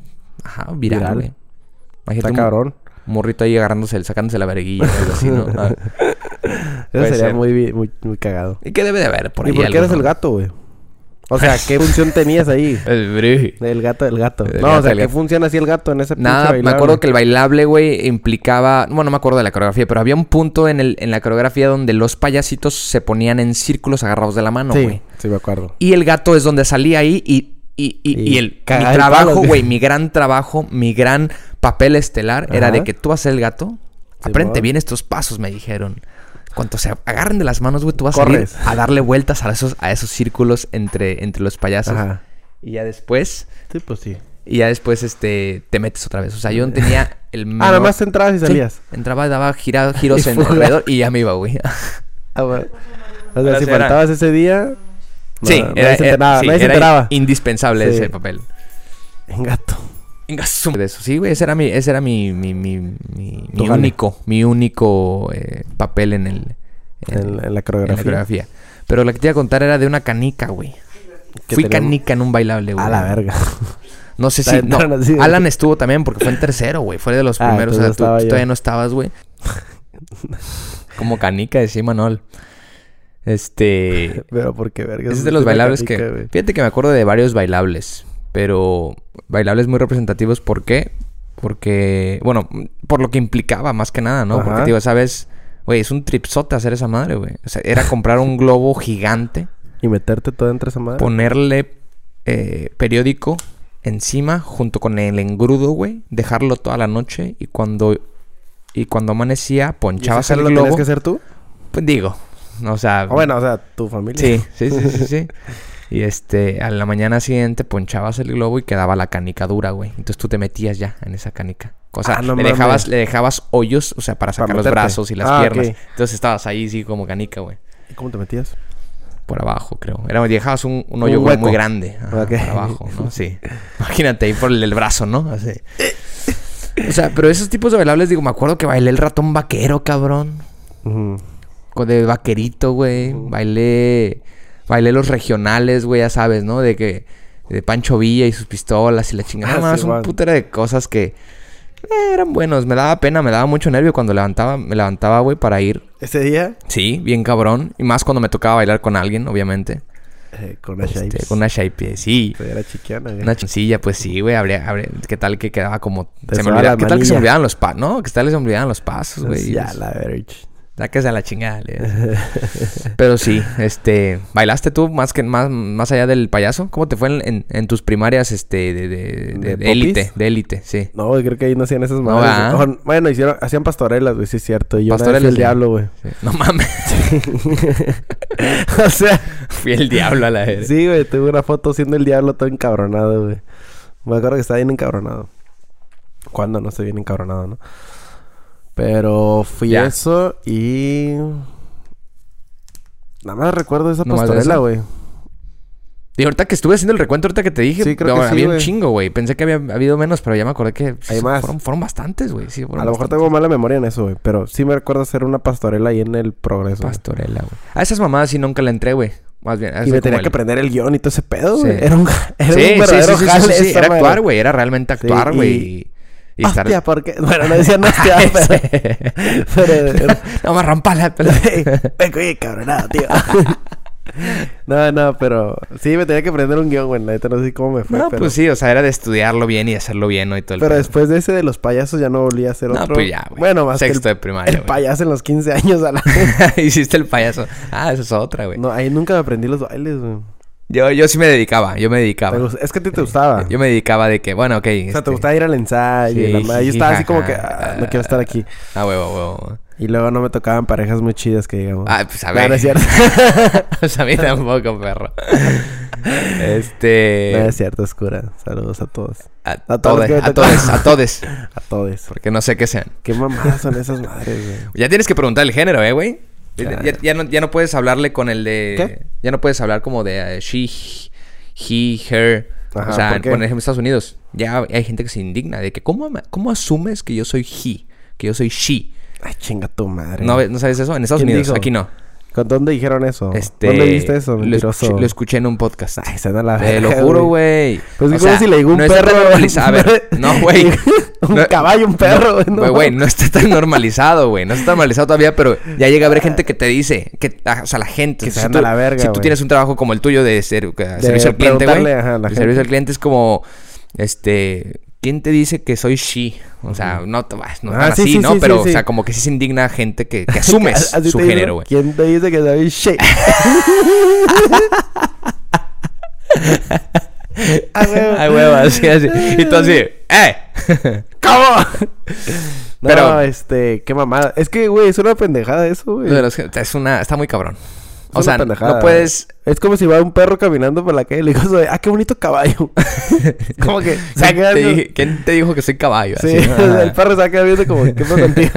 Speaker 1: ajá, viral,
Speaker 2: Viral.
Speaker 1: güey. Imagínate
Speaker 2: Está
Speaker 1: un
Speaker 2: cabrón.
Speaker 1: morrito ahí agarrándose, el- sacándose la verguilla o algo
Speaker 2: (laughs)
Speaker 1: así, ¿no? Ah,
Speaker 2: Eso
Speaker 1: Puede
Speaker 2: sería
Speaker 1: ser.
Speaker 2: muy, bi- muy, muy cagado.
Speaker 1: ¿Y qué debe de haber por
Speaker 2: ¿Y
Speaker 1: ahí?
Speaker 2: por qué
Speaker 1: algo,
Speaker 2: eres el
Speaker 1: no?
Speaker 2: gato, güey? O sea,
Speaker 1: (laughs)
Speaker 2: ¿qué función tenías ahí?
Speaker 1: El bri.
Speaker 2: El gato del gato.
Speaker 1: El
Speaker 2: no,
Speaker 1: gato
Speaker 2: o sea,
Speaker 1: del
Speaker 2: ¿qué
Speaker 1: gato.
Speaker 2: funciona así el gato en ese pinche
Speaker 1: Nada, me
Speaker 2: bailable?
Speaker 1: acuerdo que el bailable, güey, implicaba... Bueno, no me acuerdo de la coreografía, pero había un punto en, el, en la coreografía donde los payasitos se ponían en círculos agarrados de la mano,
Speaker 2: Sí,
Speaker 1: güey.
Speaker 2: sí me acuerdo.
Speaker 1: Y el gato es donde salía ahí y... Y, y,
Speaker 2: Y
Speaker 1: y el, mi
Speaker 2: cagaba el palo,
Speaker 1: trabajo,
Speaker 2: güey.
Speaker 1: güey, mi gran trabajo, mi gran papel estelar era
Speaker 2: Ajá.
Speaker 1: de que tú vas a ser el gato.
Speaker 2: Sí,
Speaker 1: Aprende
Speaker 2: mo.
Speaker 1: bien estos pasos, me dijeron. Cuando se agarren de las manos, güey, tú vas
Speaker 2: Corres.
Speaker 1: a salir a darle vueltas a esos, a esos círculos entre, entre los payasos.
Speaker 2: Ajá.
Speaker 1: Y ya después...
Speaker 2: Sí, pues sí.
Speaker 1: Y ya después, este, te metes otra vez. O sea, yo no
Speaker 2: (laughs)
Speaker 1: tenía el
Speaker 2: Ah,
Speaker 1: menor-
Speaker 2: nada más entrabas y
Speaker 1: Sí,
Speaker 2: salías.
Speaker 1: entraba, daba gira- giros
Speaker 2: (laughs) Y
Speaker 1: en
Speaker 2: fuga.
Speaker 1: alrededor y ya me iba,
Speaker 2: (laughs)
Speaker 1: güey.
Speaker 2: Ah, bueno. O sea,
Speaker 1: Ahora
Speaker 2: si
Speaker 1: sí era-
Speaker 2: faltabas ese día...
Speaker 1: sí,
Speaker 2: nada,
Speaker 1: era,
Speaker 2: nadie se
Speaker 1: era-
Speaker 2: enteraba,
Speaker 1: sí,
Speaker 2: nadie se
Speaker 1: era
Speaker 2: enteraba.
Speaker 1: indispensable
Speaker 2: Sí.
Speaker 1: ese papel.
Speaker 2: En gato.
Speaker 1: Venga, su- De eso, sí, güey. Ese era mi, ese era mi, mi, mi, mi,
Speaker 2: Tu
Speaker 1: mi
Speaker 2: jale.
Speaker 1: único, mi único eh, papel en el... en-
Speaker 2: En, en la
Speaker 1: en la
Speaker 2: coreografía.
Speaker 1: coreografía. Pero la que te iba a contar era de una canica, güey.
Speaker 2: Que
Speaker 1: Fui
Speaker 2: tenemos-
Speaker 1: canica en un bailable, güey.
Speaker 2: A la
Speaker 1: (laughs)
Speaker 2: verga. (laughs)
Speaker 1: No sé
Speaker 2: Está
Speaker 1: si.
Speaker 2: bien,
Speaker 1: No,
Speaker 2: no, no, sí, güey.
Speaker 1: Alan estuvo también porque fue en tercero, güey. Fue de los
Speaker 2: Ah,
Speaker 1: primeros. O sea,
Speaker 2: entonces
Speaker 1: tú,
Speaker 2: estaba
Speaker 1: tú
Speaker 2: yo.
Speaker 1: todavía no estabas,
Speaker 2: (laughs)
Speaker 1: güey. Como canica, decía Manuel.
Speaker 2: (laughs)
Speaker 1: Este.
Speaker 2: Pero porque verga.
Speaker 1: Es
Speaker 2: eso
Speaker 1: de
Speaker 2: sí
Speaker 1: los
Speaker 2: me
Speaker 1: bailables
Speaker 2: catica,
Speaker 1: que.
Speaker 2: güey.
Speaker 1: Fíjate que me acuerdo de varios bailables. Pero. Bailables muy representativos. ¿Por qué? Porque. Bueno, por lo que implicaba, más que nada, ¿no? Porque,
Speaker 2: Ajá.
Speaker 1: digo, ¿sabes? Güey, es un tripsote hacer esa madre, güey. O sea, era comprar un globo gigante
Speaker 2: Y meterte todo entre esa madre.
Speaker 1: ponerle eh, periódico encima junto con el engrudo, güey, dejarlo toda la noche y cuando y cuando amanecía
Speaker 2: ¿Y
Speaker 1: ponchabas
Speaker 2: ese
Speaker 1: el
Speaker 2: lo tenías
Speaker 1: globo.
Speaker 2: que hacer tú?
Speaker 1: Pues digo, o sea,
Speaker 2: Ah, bueno, o sea, tu familia.
Speaker 1: sí, sí, sí, sí, sí. Y este, a la mañana siguiente ponchabas el globo y quedaba la canica dura, güey. Entonces tú te metías ya en esa canica. O sea,
Speaker 2: Ah, no
Speaker 1: le,
Speaker 2: mames.
Speaker 1: dejabas, le dejabas hoyos, o sea, para
Speaker 2: Para
Speaker 1: sacar los
Speaker 2: meterte.
Speaker 1: brazos y las
Speaker 2: Ah,
Speaker 1: piernas.
Speaker 2: ok.
Speaker 1: Entonces estabas ahí, sí, como canica, güey.
Speaker 2: ¿Y ¿Cómo te metías?
Speaker 1: Por abajo, creo. Era, dejabas un, un hoyo
Speaker 2: Un
Speaker 1: güey,
Speaker 2: hueco.
Speaker 1: muy grande. ajá,
Speaker 2: Ok.
Speaker 1: Por abajo, ¿no? (laughs) Sí. Imagínate ahí por el, el brazo, ¿no? Así. O sea, pero esos tipos de bailables, digo, me acuerdo que bailé el ratón vaquero, cabrón.
Speaker 2: Ujú.
Speaker 1: Con- De vaquerito, güey. Bailé. Bailé los regionales, güey, ya sabes, ¿no? De que. De Pancho Villa y sus pistolas y la chingada.
Speaker 2: Ah,
Speaker 1: más
Speaker 2: sí,
Speaker 1: un
Speaker 2: man.
Speaker 1: putero de cosas que. eh, eran buenos. Me daba pena, me daba mucho nervio cuando levantaba, me levantaba, güey, para ir.
Speaker 2: Ese día,
Speaker 1: Sí, bien cabrón. Y más cuando me tocaba bailar con alguien, obviamente.
Speaker 2: eh, con la
Speaker 1: Este,
Speaker 2: Shapes.
Speaker 1: con una shape, sí.
Speaker 2: Era chiquiana, güey.
Speaker 1: Una chancilla, pues sí, güey. Habría, habría- ¿Qué tal que quedaba como.
Speaker 2: Te
Speaker 1: se me
Speaker 2: soba
Speaker 1: olvidaba-
Speaker 2: la
Speaker 1: ¿Qué tal que se me
Speaker 2: manilla.
Speaker 1: olvidaban los pasos? No, ¿qué tal que se me olvidaban los pasos,
Speaker 2: Entonces,
Speaker 1: güey?
Speaker 2: Ya,
Speaker 1: Pues,
Speaker 2: la verga.
Speaker 1: Sáquese a la chingada,
Speaker 2: (laughs)
Speaker 1: le- Pero sí, este. ¿Bailaste tú más que más, más allá del payaso? ¿Cómo te fue en, en- en tus primarias este, de, de, de-
Speaker 2: ¿De
Speaker 1: de élite?
Speaker 2: popis?
Speaker 1: de élite, sí.
Speaker 2: No, güey, creo que ahí no hacían esas
Speaker 1: ¿verdad?
Speaker 2: madres. güey. O- bueno, hicieron, hacían pastorelas, güey, sí es cierto. Y yo una vez fui
Speaker 1: Pastorelas,
Speaker 2: el
Speaker 1: sí.
Speaker 2: diablo, güey.
Speaker 1: Sí. No
Speaker 2: (laughs)
Speaker 1: mames. (laughs)
Speaker 2: o sea,
Speaker 1: Fui el diablo a la vez.
Speaker 2: sí, güey, tuve una foto siendo el diablo todo encabronado, güey. Me acuerdo que estaba bien encabronado. ¿Cuándo no estoy bien encabronado, no? Pero fui
Speaker 1: Ya.
Speaker 2: eso y... Nada más recuerdo esa
Speaker 1: Nomás de
Speaker 2: pastorela,
Speaker 1: eso.
Speaker 2: güey.
Speaker 1: Y ahorita que estuve haciendo el recuento, ahorita que te dije,
Speaker 2: Sí, creo que
Speaker 1: no,
Speaker 2: sí,
Speaker 1: había un
Speaker 2: güey.
Speaker 1: chingo, güey. Pensé que había habido menos, pero ya me acordé que sí,
Speaker 2: más.
Speaker 1: Fueron, fueron bastantes, güey. Sí, fueron
Speaker 2: A lo mejor
Speaker 1: bastantes.
Speaker 2: tengo mala memoria en eso, güey. Pero sí me recuerdo hacer una pastorela ahí en el progreso. güey.
Speaker 1: Pastorela, güey. A esas mamadas sí nunca la entré, güey. Más bien.
Speaker 2: Y me tenía que aprender el guión y todo ese pedo,
Speaker 1: Sí.
Speaker 2: güey. Era un,
Speaker 1: Sí,
Speaker 2: era un
Speaker 1: sí, sí,
Speaker 2: verdadero
Speaker 1: sí, sí,
Speaker 2: jale
Speaker 1: sí, sí.
Speaker 2: esa
Speaker 1: Era
Speaker 2: madre.
Speaker 1: actuar, güey. Era realmente actuar,
Speaker 2: y-
Speaker 1: güey. y- Y, estar...
Speaker 2: Hostia, ¿por qué? Bueno, no decían hostia,
Speaker 1: (laughs)
Speaker 2: pero... (laughs) pero-
Speaker 1: no me rompa
Speaker 2: (laughs)
Speaker 1: la (laughs)
Speaker 2: Ey, ven, oye, cabronado, tío. (laughs) no, no, pero... Sí, me tenía que aprender un guión, güey. La neta no sé cómo me fue,
Speaker 1: No,
Speaker 2: pero...
Speaker 1: pues sí, o sea, era de estudiarlo bien y hacerlo bien, ¿no? Y todo el
Speaker 2: Pero
Speaker 1: pedo.
Speaker 2: después de ese de los payasos ya no volví a hacer
Speaker 1: No,
Speaker 2: otro.
Speaker 1: pues ya, güey.
Speaker 2: Bueno, más que
Speaker 1: Sexto
Speaker 2: el,
Speaker 1: de primaria,
Speaker 2: el
Speaker 1: güey.
Speaker 2: payaso en los 15 años a la... (laughs)
Speaker 1: (laughs) Hiciste el payaso. Ah, esa es otra, güey.
Speaker 2: no, ahí nunca aprendí los bailes, güey.
Speaker 1: Yo, yo sí me dedicaba, yo me dedicaba.
Speaker 2: Te gust- Es que a ti te gustaba.
Speaker 1: Ah, Yo me dedicaba de que, bueno, ok.
Speaker 2: O sea, te
Speaker 1: este,
Speaker 2: gustaba ir al ensayo y
Speaker 1: sí,
Speaker 2: la madre. Yo estaba así como que...
Speaker 1: jaja.
Speaker 2: "Ah, no quiero estar aquí.
Speaker 1: Ah, huevo, huevo.
Speaker 2: Y luego no me tocaban parejas muy chidas que digamos.
Speaker 1: Ah, pues a
Speaker 2: No,
Speaker 1: ver.
Speaker 2: no
Speaker 1: (laughs)
Speaker 2: es cierto.
Speaker 1: Pues a mí tampoco, perro. Este.
Speaker 2: no es cierto, oscura. Saludos a todos.
Speaker 1: a,
Speaker 2: a todos
Speaker 1: todos,
Speaker 2: los que me
Speaker 1: a
Speaker 2: tocaron.
Speaker 1: todos, a
Speaker 2: (laughs)
Speaker 1: todos.
Speaker 2: A todos.
Speaker 1: Porque no sé qué sean.
Speaker 2: Qué mamadas son esas madres, güey.
Speaker 1: Ya tienes que preguntar el género, ¿eh, güey? Ya,
Speaker 2: Ya.
Speaker 1: ya- ya no, ya no puedes hablarle con el de.
Speaker 2: ¿Qué?
Speaker 1: Ya no puedes hablar como de eh, she, he, her.
Speaker 2: Ajá,
Speaker 1: o sea,
Speaker 2: ¿por
Speaker 1: por,
Speaker 2: qué?
Speaker 1: ejemplo, en Estados Unidos ya hay gente que se indigna de que, ¿cómo, ama- cómo asumes que yo soy he? Que yo soy she.
Speaker 2: Ay, chinga tu madre.
Speaker 1: ¿No, ves- no sabes eso? En Estados
Speaker 2: ¿Quién
Speaker 1: Unidos,
Speaker 2: dijo?
Speaker 1: aquí no.
Speaker 2: ¿Con dónde dijeron eso?
Speaker 1: Este,
Speaker 2: ¿Dónde viste eso,
Speaker 1: lo
Speaker 2: mentiroso?
Speaker 1: escuché- Lo, escuché en un podcast.
Speaker 2: Ay, se da la
Speaker 1: Te lo
Speaker 2: verga,
Speaker 1: juro,
Speaker 2: (laughs)
Speaker 1: güey.
Speaker 2: Pues
Speaker 1: O
Speaker 2: es como
Speaker 1: sea,
Speaker 2: si le digo un
Speaker 1: no está
Speaker 2: perro.
Speaker 1: tan normalizado. A
Speaker 2: (laughs)
Speaker 1: ver, no, güey. (laughs)
Speaker 2: un
Speaker 1: No-
Speaker 2: caballo, un perro, güey.
Speaker 1: Güey, güey, no está
Speaker 2: (laughs)
Speaker 1: tan normalizado, güey. No está normalizado todavía, pero ya llega a haber gente que te dice, que, ah, o sea, la gente.
Speaker 2: Que se
Speaker 1: si
Speaker 2: anda
Speaker 1: tú-
Speaker 2: la verga,
Speaker 1: Si tú
Speaker 2: güey.
Speaker 1: tienes un trabajo como el tuyo de, ser, que- servicio al cliente, güey.
Speaker 2: preguntarle, ajá, a la
Speaker 1: El
Speaker 2: gente.
Speaker 1: servicio al cliente es como, este, ¿quién te dice que soy she? O sea, no, te- bah, no
Speaker 2: Ah,
Speaker 1: tan
Speaker 2: sí,
Speaker 1: así,
Speaker 2: sí,
Speaker 1: ¿no?
Speaker 2: sí,
Speaker 1: pero,
Speaker 2: sí, sí.
Speaker 1: o sea, como que sí se indigna gente que,
Speaker 2: (laughs)
Speaker 1: que asumes
Speaker 2: Así
Speaker 1: su
Speaker 2: te digo,
Speaker 1: género, güey.
Speaker 2: ¿Quién te dice que
Speaker 1: (laughs)
Speaker 2: soy shit? (laughs) Ah, huevo.
Speaker 1: (laughs) Ay, huevo, así, así. Y tú
Speaker 2: (laughs)
Speaker 1: así, ¡eh! (laughs)
Speaker 2: ¿Cómo? No,
Speaker 1: Pero-
Speaker 2: este, qué mamada. Es que, güey, es una pendejada eso, güey.
Speaker 1: Lo de los gen- es una... Está muy cabrón.
Speaker 2: Es
Speaker 1: O
Speaker 2: una
Speaker 1: sea,
Speaker 2: pendejada,
Speaker 1: no puedes...
Speaker 2: Es como si va un perro caminando por la calle y le digo, ah, qué
Speaker 1: (laughs)
Speaker 2: bonito caballo. (laughs) como eh. que se
Speaker 1: ¿Quién
Speaker 2: va
Speaker 1: te,
Speaker 2: quedando-
Speaker 1: dije- quién te dijo que soy caballo?
Speaker 2: Sí,
Speaker 1: Así,
Speaker 2: o sea, (laughs) el
Speaker 1: ajá.
Speaker 2: perro se va quedando viendo como, ¿qué pasa contigo?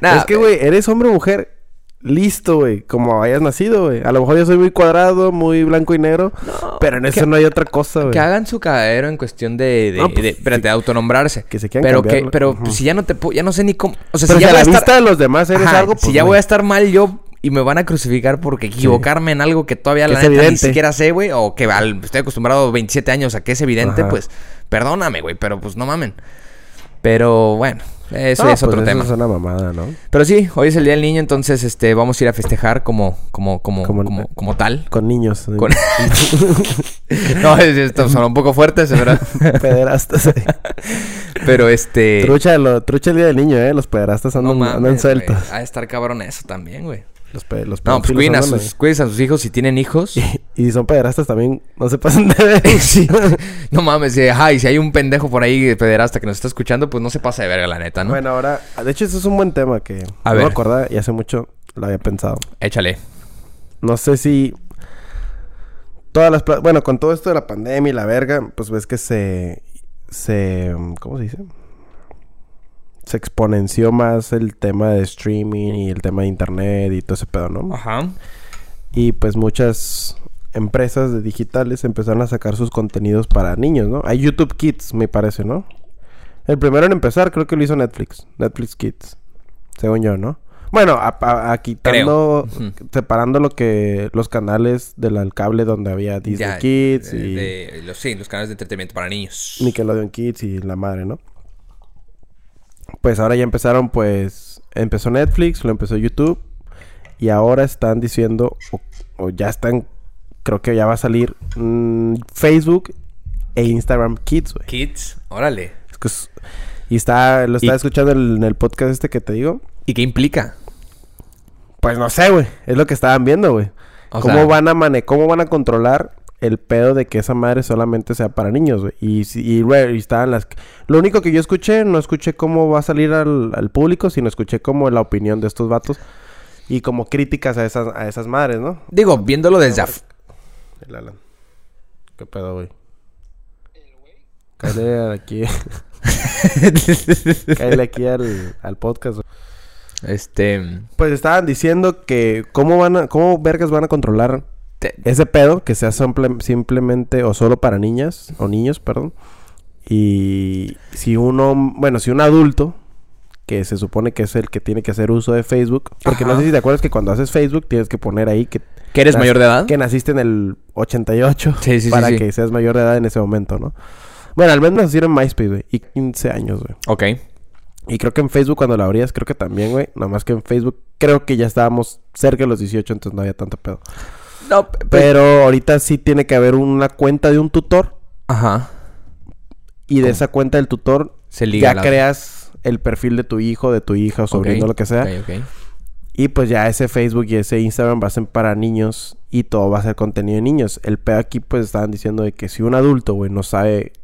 Speaker 1: Nada,
Speaker 2: es que, güey, eres hombre o mujer. Listo, güey. Como hayas nacido, güey. A lo mejor yo soy muy cuadrado, muy blanco y negro.
Speaker 1: No,
Speaker 2: pero en eso
Speaker 1: que-
Speaker 2: no hay otra cosa, güey.
Speaker 1: Que hagan su cagadero en cuestión de... de,
Speaker 2: No, pues,
Speaker 1: de- espérate, de autonombrarse.
Speaker 2: que se quieran
Speaker 1: Pero
Speaker 2: cambiarlo.
Speaker 1: que... Pero
Speaker 2: Ujú.
Speaker 1: pues, si ya no te... pu- Ya no sé ni cómo... O sea,
Speaker 2: pero
Speaker 1: si
Speaker 2: si
Speaker 1: ya
Speaker 2: a
Speaker 1: voy
Speaker 2: la
Speaker 1: a estar...
Speaker 2: vista de los demás eres
Speaker 1: Ajá,
Speaker 2: algo, pues,
Speaker 1: si ya voy a estar mal yo... Y me van a crucificar porque equivocarme en algo que todavía
Speaker 2: Que
Speaker 1: la
Speaker 2: es
Speaker 1: neta ni
Speaker 2: evidente.
Speaker 1: siquiera sé, güey. O que al- estoy acostumbrado 27 años a que es evidente,
Speaker 2: Ajá.
Speaker 1: pues... Perdóname, güey. Pero pues no mamen. Pero bueno... Eso ya es otro tema.
Speaker 2: pues, Eso es una mamada, ¿no?
Speaker 1: Pero sí, hoy es el Día del Niño, entonces este vamos a ir a festejar como como como como,
Speaker 2: Como-
Speaker 1: como, tal.
Speaker 2: Con niños.
Speaker 1: Con- (laughs) no, es- esto son un poco fuertes, ¿verdad?
Speaker 2: (laughs) Pederastas. eh.
Speaker 1: Pero este
Speaker 2: Trucha, lo, trucha el día del niño, ¿eh? Los pederastas
Speaker 1: no
Speaker 2: andan,
Speaker 1: mames,
Speaker 2: andan sueltos.
Speaker 1: güey. Ha de estar cabrón eso también, güey.
Speaker 2: Los pe-
Speaker 1: No, pues
Speaker 2: los pedófilos
Speaker 1: cuiden a
Speaker 2: andan
Speaker 1: sus cuiden a sus hijos si tienen
Speaker 2: (laughs)
Speaker 1: hijos.
Speaker 2: ahí. Y si son pederastas también, no se pasen de ver.
Speaker 1: (laughs) Sí. No mames, eh, ajá, y si hay un pendejo por ahí de pederasta que nos está escuchando, pues no se pasa de verga la neta, ¿no?
Speaker 2: Bueno, ahora... De hecho, eso es un buen tema que...
Speaker 1: A
Speaker 2: no
Speaker 1: ver.
Speaker 2: me acordaba y hace mucho lo había pensado.
Speaker 1: Échale.
Speaker 2: No sé si... Todas las... pla- Bueno, con todo esto de la pandemia y la verga, pues ves que se... Se... ¿Cómo se dice? Se exponenció más el tema de streaming y el tema de internet y todo ese pedo, ¿no?
Speaker 1: Ajá.
Speaker 2: Y pues muchas empresas de digitales empezaron a sacar sus contenidos para niños, ¿no? Hay YouTube Kids, me parece, ¿no? El primero en empezar creo que lo hizo Netflix. Netflix Kids. Según yo, ¿no? Bueno, a, a- a quitando...
Speaker 1: Ujú.
Speaker 2: Separando lo que... Los canales del al cable donde había Disney
Speaker 1: Ya,
Speaker 2: Kids
Speaker 1: eh,
Speaker 2: y...
Speaker 1: de los, sí, los canales de entretenimiento para niños.
Speaker 2: Nickelodeon Kids y la madre, ¿no? Pues ahora ya empezaron, pues... Empezó Netflix, lo empezó YouTube. Y ahora están diciendo... O, o ya están... Creo que ya va a salir... mm, Facebook e Instagram Kids, güey.
Speaker 1: Kids, órale.
Speaker 2: Es que es- y está... Lo estaba
Speaker 1: Y-
Speaker 2: escuchando en, en el podcast este que te digo.
Speaker 1: ¿Y qué implica?
Speaker 2: Pues no sé, güey. Es lo que estaban viendo, güey.
Speaker 1: O
Speaker 2: ¿Cómo,
Speaker 1: sea-
Speaker 2: van a mane ¿Cómo van a controlar el pedo de que esa madre solamente sea para niños, güey? Y, si- y, güey, y estaban las... Lo único que yo escuché, no escuché cómo va a salir al, al público, sino escuché como la opinión de estos vatos y como críticas a esas, a esas madres, ¿no?
Speaker 1: Digo, viéndolo desde
Speaker 2: (laughs)
Speaker 1: af-
Speaker 2: El (laughs) Alan. ¿Qué pedo, güey? Cállate aquí. Cállale aquí al, al podcast.
Speaker 1: (laughs) Este.
Speaker 2: Pues estaban diciendo que cómo van a, cómo vergas van a controlar
Speaker 1: te-
Speaker 2: ese pedo que sea simple- simplemente o solo para niñas o niños, perdón. Y si uno, bueno, si un adulto que se supone que es el que tiene que hacer uso de Facebook, porque no
Speaker 1: Ajá.
Speaker 2: sé si te acuerdas que cuando haces Facebook tienes que poner ahí que
Speaker 1: ¿Que eres
Speaker 2: Nas-
Speaker 1: mayor de edad?
Speaker 2: que naciste en el 88
Speaker 1: ¿Ah? Sí, sí, sí,
Speaker 2: para
Speaker 1: sí.
Speaker 2: que seas mayor de edad en ese momento, ¿no? Bueno, al menos nacieron en MySpace, güey, y 15 años, güey.
Speaker 1: Ok.
Speaker 2: Y creo que en Facebook cuando lo abrías, creo que también, güey, nada más que en Facebook creo que ya estábamos cerca de los 18, entonces no había tanto pedo.
Speaker 1: No, pe-
Speaker 2: Pero ahorita sí tiene que haber una cuenta de un tutor
Speaker 1: Ajá.
Speaker 2: y de esa cuenta del tutor
Speaker 1: Se liga.
Speaker 2: ya
Speaker 1: la-
Speaker 2: creas el perfil de tu hijo, de tu hija o
Speaker 1: Ok,
Speaker 2: sobrino, lo que sea.
Speaker 1: ok, ok.
Speaker 2: Y pues ya ese Facebook y ese Instagram va a ser para niños y todo va a ser contenido de niños. El pedo aquí pues estaban diciendo de que si un adulto, güey, no sabe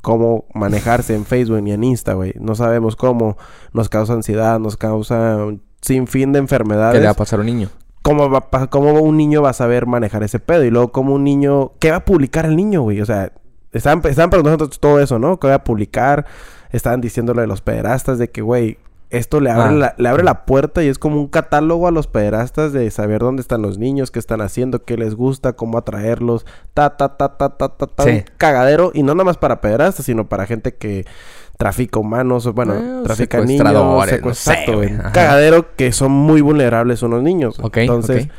Speaker 2: cómo manejarse en Facebook ni en Insta, güey, no sabemos cómo, nos causa ansiedad, nos causa un
Speaker 1: ¿Qué le
Speaker 2: sinfín de
Speaker 1: va
Speaker 2: enfermedades.
Speaker 1: a pasar a un niño?
Speaker 2: ¿Cómo, va, a pa- ¿Cómo un niño va a saber manejar ese pedo? Y luego, ¿cómo un niño... ¿Qué va a publicar el niño, güey? O sea, estaban, estaban preguntando todo eso, ¿no? ¿Qué va a publicar? Estaban diciendo lo de los pederastas, de que, güey, esto le abre,
Speaker 1: Ah.
Speaker 2: la, le abre la puerta y es como un catálogo a los pederastas de saber dónde están los niños, qué están haciendo, qué les gusta, cómo atraerlos, ta, ta, ta, ta, ta, ta, ta.
Speaker 1: Sí.
Speaker 2: un cagadero. Y no nada más para pederastas, sino para gente que trafica humanos, o, bueno,
Speaker 1: Eh,
Speaker 2: trafica niños,
Speaker 1: secuestradores, no
Speaker 2: secue-
Speaker 1: sé,
Speaker 2: exacto,
Speaker 1: güey.
Speaker 2: güey.
Speaker 1: Ajá.
Speaker 2: Cagadero que son muy vulnerables son los niños.
Speaker 1: Ok,
Speaker 2: Entonces,
Speaker 1: ok.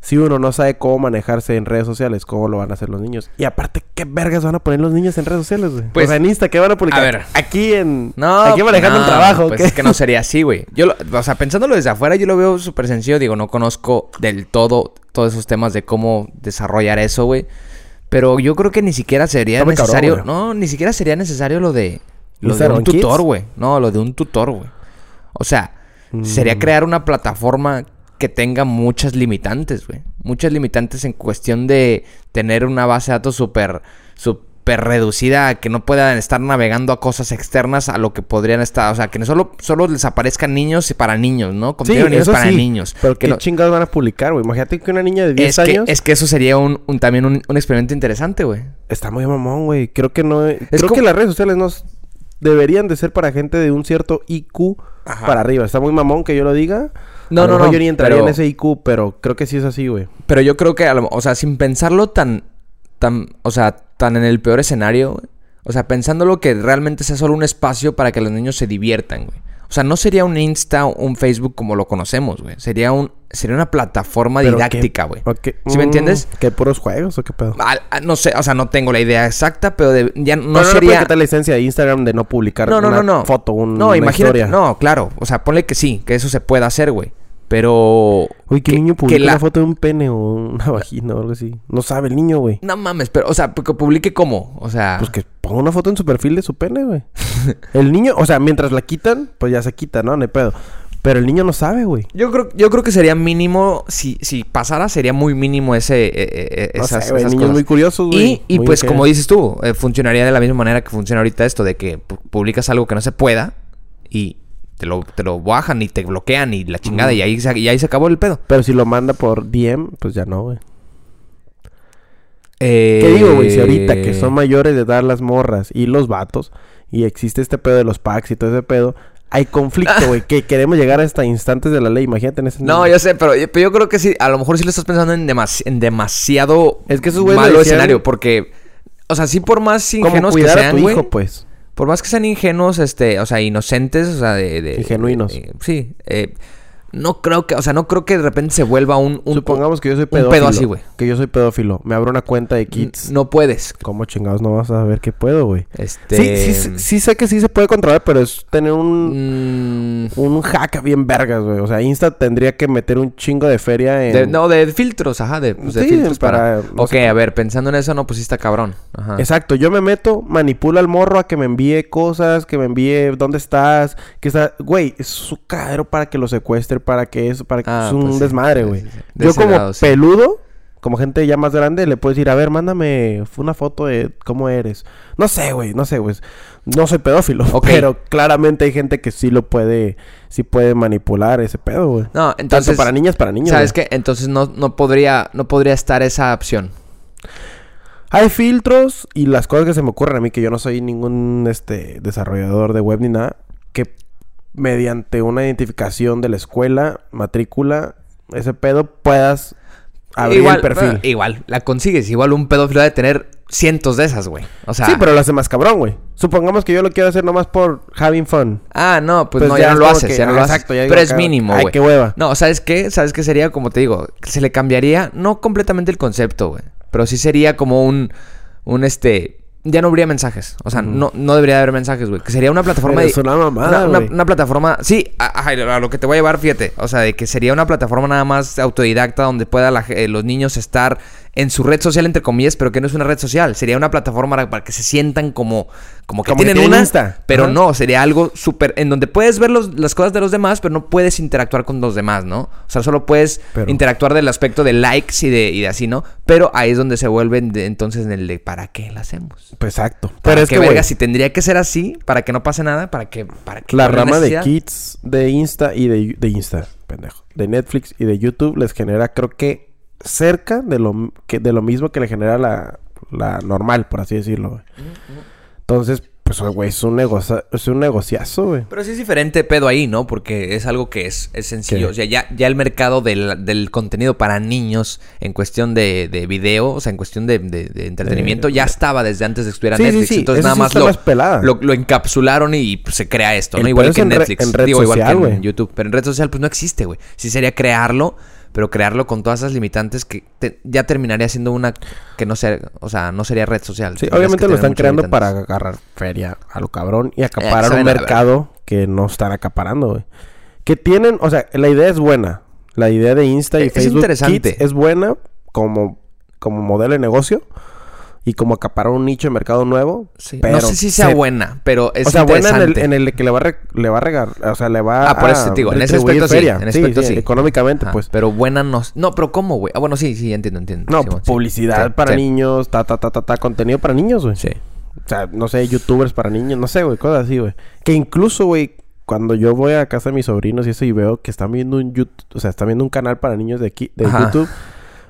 Speaker 2: si uno no sabe cómo manejarse en redes sociales, ¿cómo lo van a hacer los niños? Y aparte, ¿qué vergas van a poner los niños en redes sociales, güey?
Speaker 1: Pues,
Speaker 2: o sea, en Insta, ¿qué van a publicar?
Speaker 1: a ver.
Speaker 2: Aquí en...
Speaker 1: No,
Speaker 2: aquí manejando
Speaker 1: no,
Speaker 2: el trabajo,
Speaker 1: Pues
Speaker 2: ¿qué? (laughs)
Speaker 1: es que no sería así, güey. Yo, lo- o sea, pensándolo desde afuera, yo lo veo súper sencillo. Digo, no conozco del todo todos esos temas de cómo desarrollar eso, güey. Pero yo creo que ni siquiera sería
Speaker 2: Está muy cabrón,
Speaker 1: necesario.
Speaker 2: güey.
Speaker 1: no, ni siquiera sería necesario lo de. Lo de
Speaker 2: Instagram
Speaker 1: un tutor,
Speaker 2: Kids.
Speaker 1: güey. No, lo de un tutor, güey. O sea,
Speaker 2: Mm.
Speaker 1: sería crear una plataforma que tenga muchas limitantes, güey. Muchas limitantes en cuestión de tener una base de datos súper, súper reducida, que no puedan estar navegando a cosas externas a lo que podrían estar. O sea, que no solo, solo les aparezcan niños y para niños, ¿no? Contenido de niños para niños.
Speaker 2: Pero
Speaker 1: Que
Speaker 2: qué
Speaker 1: no-
Speaker 2: chingados van a publicar, güey. Imagínate que una niña de 10
Speaker 1: es,
Speaker 2: años...
Speaker 1: que, es que eso sería un, un- también un, un experimento interesante, güey.
Speaker 2: Está muy mamón, güey. Creo que no... Creo
Speaker 1: como-
Speaker 2: que las redes sociales no... s- Deberían de ser para gente de un cierto IQ
Speaker 1: Ajá.
Speaker 2: para arriba. Está muy mamón que yo lo diga.
Speaker 1: No,
Speaker 2: A lo
Speaker 1: no,
Speaker 2: mejor
Speaker 1: no,
Speaker 2: Yo ni entraría
Speaker 1: pero-
Speaker 2: en ese IQ, pero creo que sí es así, güey.
Speaker 1: Pero yo creo que, a lo- o sea, sin pensarlo tan, tan, o sea, tan en el peor escenario, güey. O sea, pensándolo que realmente sea solo un espacio para que los niños se diviertan, güey. O sea, no sería un Insta o un Facebook como lo conocemos, güey. Sería un, sería una plataforma
Speaker 2: Pero qué-
Speaker 1: didáctica, güey.
Speaker 2: Ok.
Speaker 1: ¿Sí me
Speaker 2: Mm,
Speaker 1: entiendes?
Speaker 2: ¿Qué puros juegos o qué pedo?
Speaker 1: Al- a- no sé, o sea, no tengo la idea exacta, pero de- ya no,
Speaker 2: No, no, le
Speaker 1: sería.
Speaker 2: puedes quitar la licencia de Instagram de no publicar
Speaker 1: no, no,
Speaker 2: una
Speaker 1: no, no.
Speaker 2: foto, un-
Speaker 1: no,
Speaker 2: una
Speaker 1: imagínate,
Speaker 2: historia.
Speaker 1: No, claro. O sea, ponle que sí, que eso se pueda hacer, güey. Pero.
Speaker 2: Uy, que,
Speaker 1: que-
Speaker 2: niño
Speaker 1: que
Speaker 2: publica
Speaker 1: la-
Speaker 2: una foto de un pene
Speaker 1: (laughs)
Speaker 2: o una vagina o algo así. No sabe el niño, güey.
Speaker 1: No mames, pero, o sea, que publique cómo. O sea.
Speaker 2: Pues que ponga una foto en su perfil de su pene,
Speaker 1: (laughs)
Speaker 2: güey. el niño, o sea, mientras la quitan, pues ya se quita, ¿no? No hay pedo. Pero el niño no sabe, güey.
Speaker 1: Yo creo, yo creo que sería mínimo, si, si pasara, sería muy mínimo ese, eh, eh, eh,
Speaker 2: No
Speaker 1: esas,
Speaker 2: sé, güey,
Speaker 1: esas
Speaker 2: niños
Speaker 1: cosas.
Speaker 2: muy curiosos, güey.
Speaker 1: y y
Speaker 2: Muy
Speaker 1: pues
Speaker 2: que-
Speaker 1: como dices tú, eh, funcionaría de la misma manera que funciona ahorita esto, de que pu- publicas algo que no se pueda y te lo, te lo bajan y te bloquean y la chingada y, ahí se, y ahí se acabó el pedo.
Speaker 2: Pero si lo manda por DM, pues ya no, güey.
Speaker 1: Eh,
Speaker 2: ¿Qué digo, güey? Si ahorita que son mayores de edad las morras y los vatos, y existe este pedo de los packs y todo ese pedo, hay conflicto, güey, que queremos llegar hasta instantes de la ley. Imagínate en ese...
Speaker 1: Ah. No, yo sé, pero yo, pero yo creo que sí, a lo mejor sí lo estás pensando en, demasi- en demasiado
Speaker 2: Es que esos güeyes lo
Speaker 1: malo
Speaker 2: decían-
Speaker 1: escenario, porque, o sea, sí por más
Speaker 2: Como
Speaker 1: ingenuos que
Speaker 2: cuidar
Speaker 1: sean,
Speaker 2: a tu
Speaker 1: güey,
Speaker 2: hijo, pues.
Speaker 1: Por más que sean ingenuos, este, o sea, inocentes, o sea, de... de-
Speaker 2: Ingenuinos.
Speaker 1: eh, sí. eh, no creo que, o sea, no creo que de repente se vuelva un... un
Speaker 2: Supongamos que yo soy
Speaker 1: un pedo
Speaker 2: pedófilo.
Speaker 1: así, güey.
Speaker 2: Que yo soy pedófilo. Me abro una cuenta de kids.
Speaker 1: No puedes.
Speaker 2: ¿Cómo chingados no vas a ver qué puedo, güey?
Speaker 1: Este...
Speaker 2: Sí, sí, sí sé que sí se puede controlar, pero es tener un...
Speaker 1: mm,
Speaker 2: Un hack bien vergas, güey. O sea, Insta tendría que meter un chingo de feria en...
Speaker 1: mm, de- no, de filtros, ajá, de, pues, de
Speaker 2: Sí,
Speaker 1: filtros para...
Speaker 2: para- no
Speaker 1: ok,
Speaker 2: sé.
Speaker 1: a ver, pensando en eso, no, pues sí está cabrón. Ajá.
Speaker 2: Exacto, yo me meto, manipulo al morro a que me envíe cosas, que me envíe dónde estás, que está, güey, es su cadero para que lo secuestre, para que eso, para que
Speaker 1: Ah,
Speaker 2: es un
Speaker 1: pues sí,
Speaker 2: desmadre,
Speaker 1: sí,
Speaker 2: güey.
Speaker 1: sí, sí. De
Speaker 2: Yo
Speaker 1: ese
Speaker 2: como
Speaker 1: lado, sí.
Speaker 2: peludo, como gente ya más grande, le puedo decir, a ver, mándame una foto de cómo eres. No sé, güey, no sé, güey. No soy pedófilo,
Speaker 1: Ok.
Speaker 2: pero claramente hay gente que sí lo puede, sí puede manipular ese pedo, güey.
Speaker 1: No, entonces...
Speaker 2: Tanto para niñas, para niños.
Speaker 1: ¿Sabes
Speaker 2: güey.
Speaker 1: qué? Entonces no, no podría, no podría estar esa opción.
Speaker 2: Hay filtros y las cosas que se me ocurren a mí, que yo no soy ningún este, desarrollador de web ni nada, que mediante una identificación de la escuela, matrícula, ese pedo, puedas abrir
Speaker 1: igual, eh,
Speaker 2: el perfil.
Speaker 1: pero- igual, la consigues. Igual un pedófilo debe tener cientos de esas, güey. O sea.
Speaker 2: sí, pero lo hace más cabrón, güey. Supongamos que yo lo quiero hacer nomás por having fun.
Speaker 1: Ah, no, pues,
Speaker 2: Pues
Speaker 1: no,
Speaker 2: ya
Speaker 1: ya,
Speaker 2: es
Speaker 1: no lo
Speaker 2: como
Speaker 1: haces,
Speaker 2: que,
Speaker 1: ya no lo
Speaker 2: ah,
Speaker 1: haces.
Speaker 2: exacto, ya digo,
Speaker 1: Pero es
Speaker 2: cabrón,
Speaker 1: mínimo,
Speaker 2: ay,
Speaker 1: güey.
Speaker 2: qué hueva.
Speaker 1: No, ¿sabes qué? ¿Sabes qué sería? Como te digo, se le cambiaría, no completamente el concepto, güey. Pero sí sería como un, un este... Ya no habría mensajes. O sea, no, no debería haber mensajes, güey. Que sería una plataforma...
Speaker 2: Pero
Speaker 1: de-
Speaker 2: es una mamada,
Speaker 1: una, una-
Speaker 2: güey.
Speaker 1: una plataforma... Sí, a, a- a lo que te voy a llevar, fíjate. O sea, de que sería una plataforma nada más autodidacta donde pueda la ge- eh, los niños estar en su red social, entre comillas, pero que no es una red social. Sería una plataforma para- para que se sientan como... Como que
Speaker 2: Como que
Speaker 1: tienen,
Speaker 2: tienen
Speaker 1: una,
Speaker 2: Insta.
Speaker 1: pero
Speaker 2: Ajá.
Speaker 1: no no, sería algo súper. En donde puedes ver los- las cosas de los demás, pero no puedes interactuar con los demás, ¿no? O sea, solo puedes
Speaker 2: Pero-
Speaker 1: interactuar del aspecto de likes y de, y de así, ¿no? Pero ahí es donde se vuelven de- entonces en el de ¿para qué la hacemos?
Speaker 2: Pues exacto.
Speaker 1: ¿Para
Speaker 2: Pero es
Speaker 1: qué,
Speaker 2: que, güey,
Speaker 1: verga? Si tendría que ser así, para que no pase nada, para que. Para que
Speaker 2: la
Speaker 1: ¿cuál
Speaker 2: rama de
Speaker 1: necesidad?
Speaker 2: Kids, de Insta y de, de Insta, pendejo, de Netflix y de YouTube les genera, creo que cerca de lo, que, de lo mismo que le genera la, la normal, por así decirlo, güey.
Speaker 1: Mm,
Speaker 2: Entonces, pues, güey, es un negocio, es un negociazo, güey.
Speaker 1: Pero sí es diferente pedo ahí, ¿no? Porque es algo que es, es sencillo.
Speaker 2: ¿Qué?
Speaker 1: O sea, ya, ya el mercado del, del contenido para niños en cuestión de, de video, o sea, en cuestión de, de- de entretenimiento, ya estaba desde antes de que estuviera
Speaker 2: Sí, sí,
Speaker 1: Netflix.
Speaker 2: sí.
Speaker 1: Entonces
Speaker 2: Eso
Speaker 1: nada
Speaker 2: sí
Speaker 1: más
Speaker 2: está
Speaker 1: lo,
Speaker 2: más pelada.
Speaker 1: lo, lo encapsularon y pues, se crea esto,
Speaker 2: El
Speaker 1: ¿no? Igual
Speaker 2: pedo
Speaker 1: que
Speaker 2: es
Speaker 1: en
Speaker 2: en re-
Speaker 1: Netflix.
Speaker 2: en red
Speaker 1: Digo, igual
Speaker 2: social,
Speaker 1: que en
Speaker 2: güey.
Speaker 1: YouTube. Pero en red social, pues no existe, güey. Sí sería crearlo, pero crearlo con todas esas limitantes que te- ya terminaría siendo una que no sea, o sea, no sería red social.
Speaker 2: Sí,
Speaker 1: Tendrías que
Speaker 2: obviamente lo
Speaker 1: tener
Speaker 2: están
Speaker 1: muchas
Speaker 2: creando
Speaker 1: limitantes.
Speaker 2: para agarrar feria a lo cabrón y
Speaker 1: que
Speaker 2: acaparar
Speaker 1: se
Speaker 2: un
Speaker 1: vayan a la
Speaker 2: mercado que no están acaparando, güey. Que tienen, o sea, la idea es buena. La idea de Insta y
Speaker 1: Es
Speaker 2: Facebook
Speaker 1: interesante.
Speaker 2: Kids es buena como, como modelo de negocio y como acaparar un nicho de mercado nuevo.
Speaker 1: Sí.
Speaker 2: pero
Speaker 1: no sé si sea
Speaker 2: se-
Speaker 1: buena, pero es
Speaker 2: o sea, buena en el,
Speaker 1: interesante.
Speaker 2: en el que le va a, re- le va a regar, o sea, le va
Speaker 1: Ah, por
Speaker 2: a
Speaker 1: eso te digo, en ese
Speaker 2: retribuir
Speaker 1: aspecto sí,
Speaker 2: feria.
Speaker 1: en ese aspecto sí.
Speaker 2: económicamente,
Speaker 1: Ajá,
Speaker 2: pues.
Speaker 1: Pero buena no. No, pero ¿cómo, güey? Ah, bueno, sí, sí, entiendo, entiendo.
Speaker 2: No,
Speaker 1: Sí, bueno, sí.
Speaker 2: publicidad
Speaker 1: Sí,
Speaker 2: para
Speaker 1: sí.
Speaker 2: niños, ta, ta, ta, ta, ta, contenido para niños, güey.
Speaker 1: Sí.
Speaker 2: O sea, no sé, youtubers para niños, no sé, güey, cosas así, güey. Que incluso, güey, cuando yo voy a casa de mis sobrinos y eso y veo que están viendo un YouTube, o sea, están viendo un canal para niños de aquí, de
Speaker 1: Ajá.
Speaker 2: YouTube,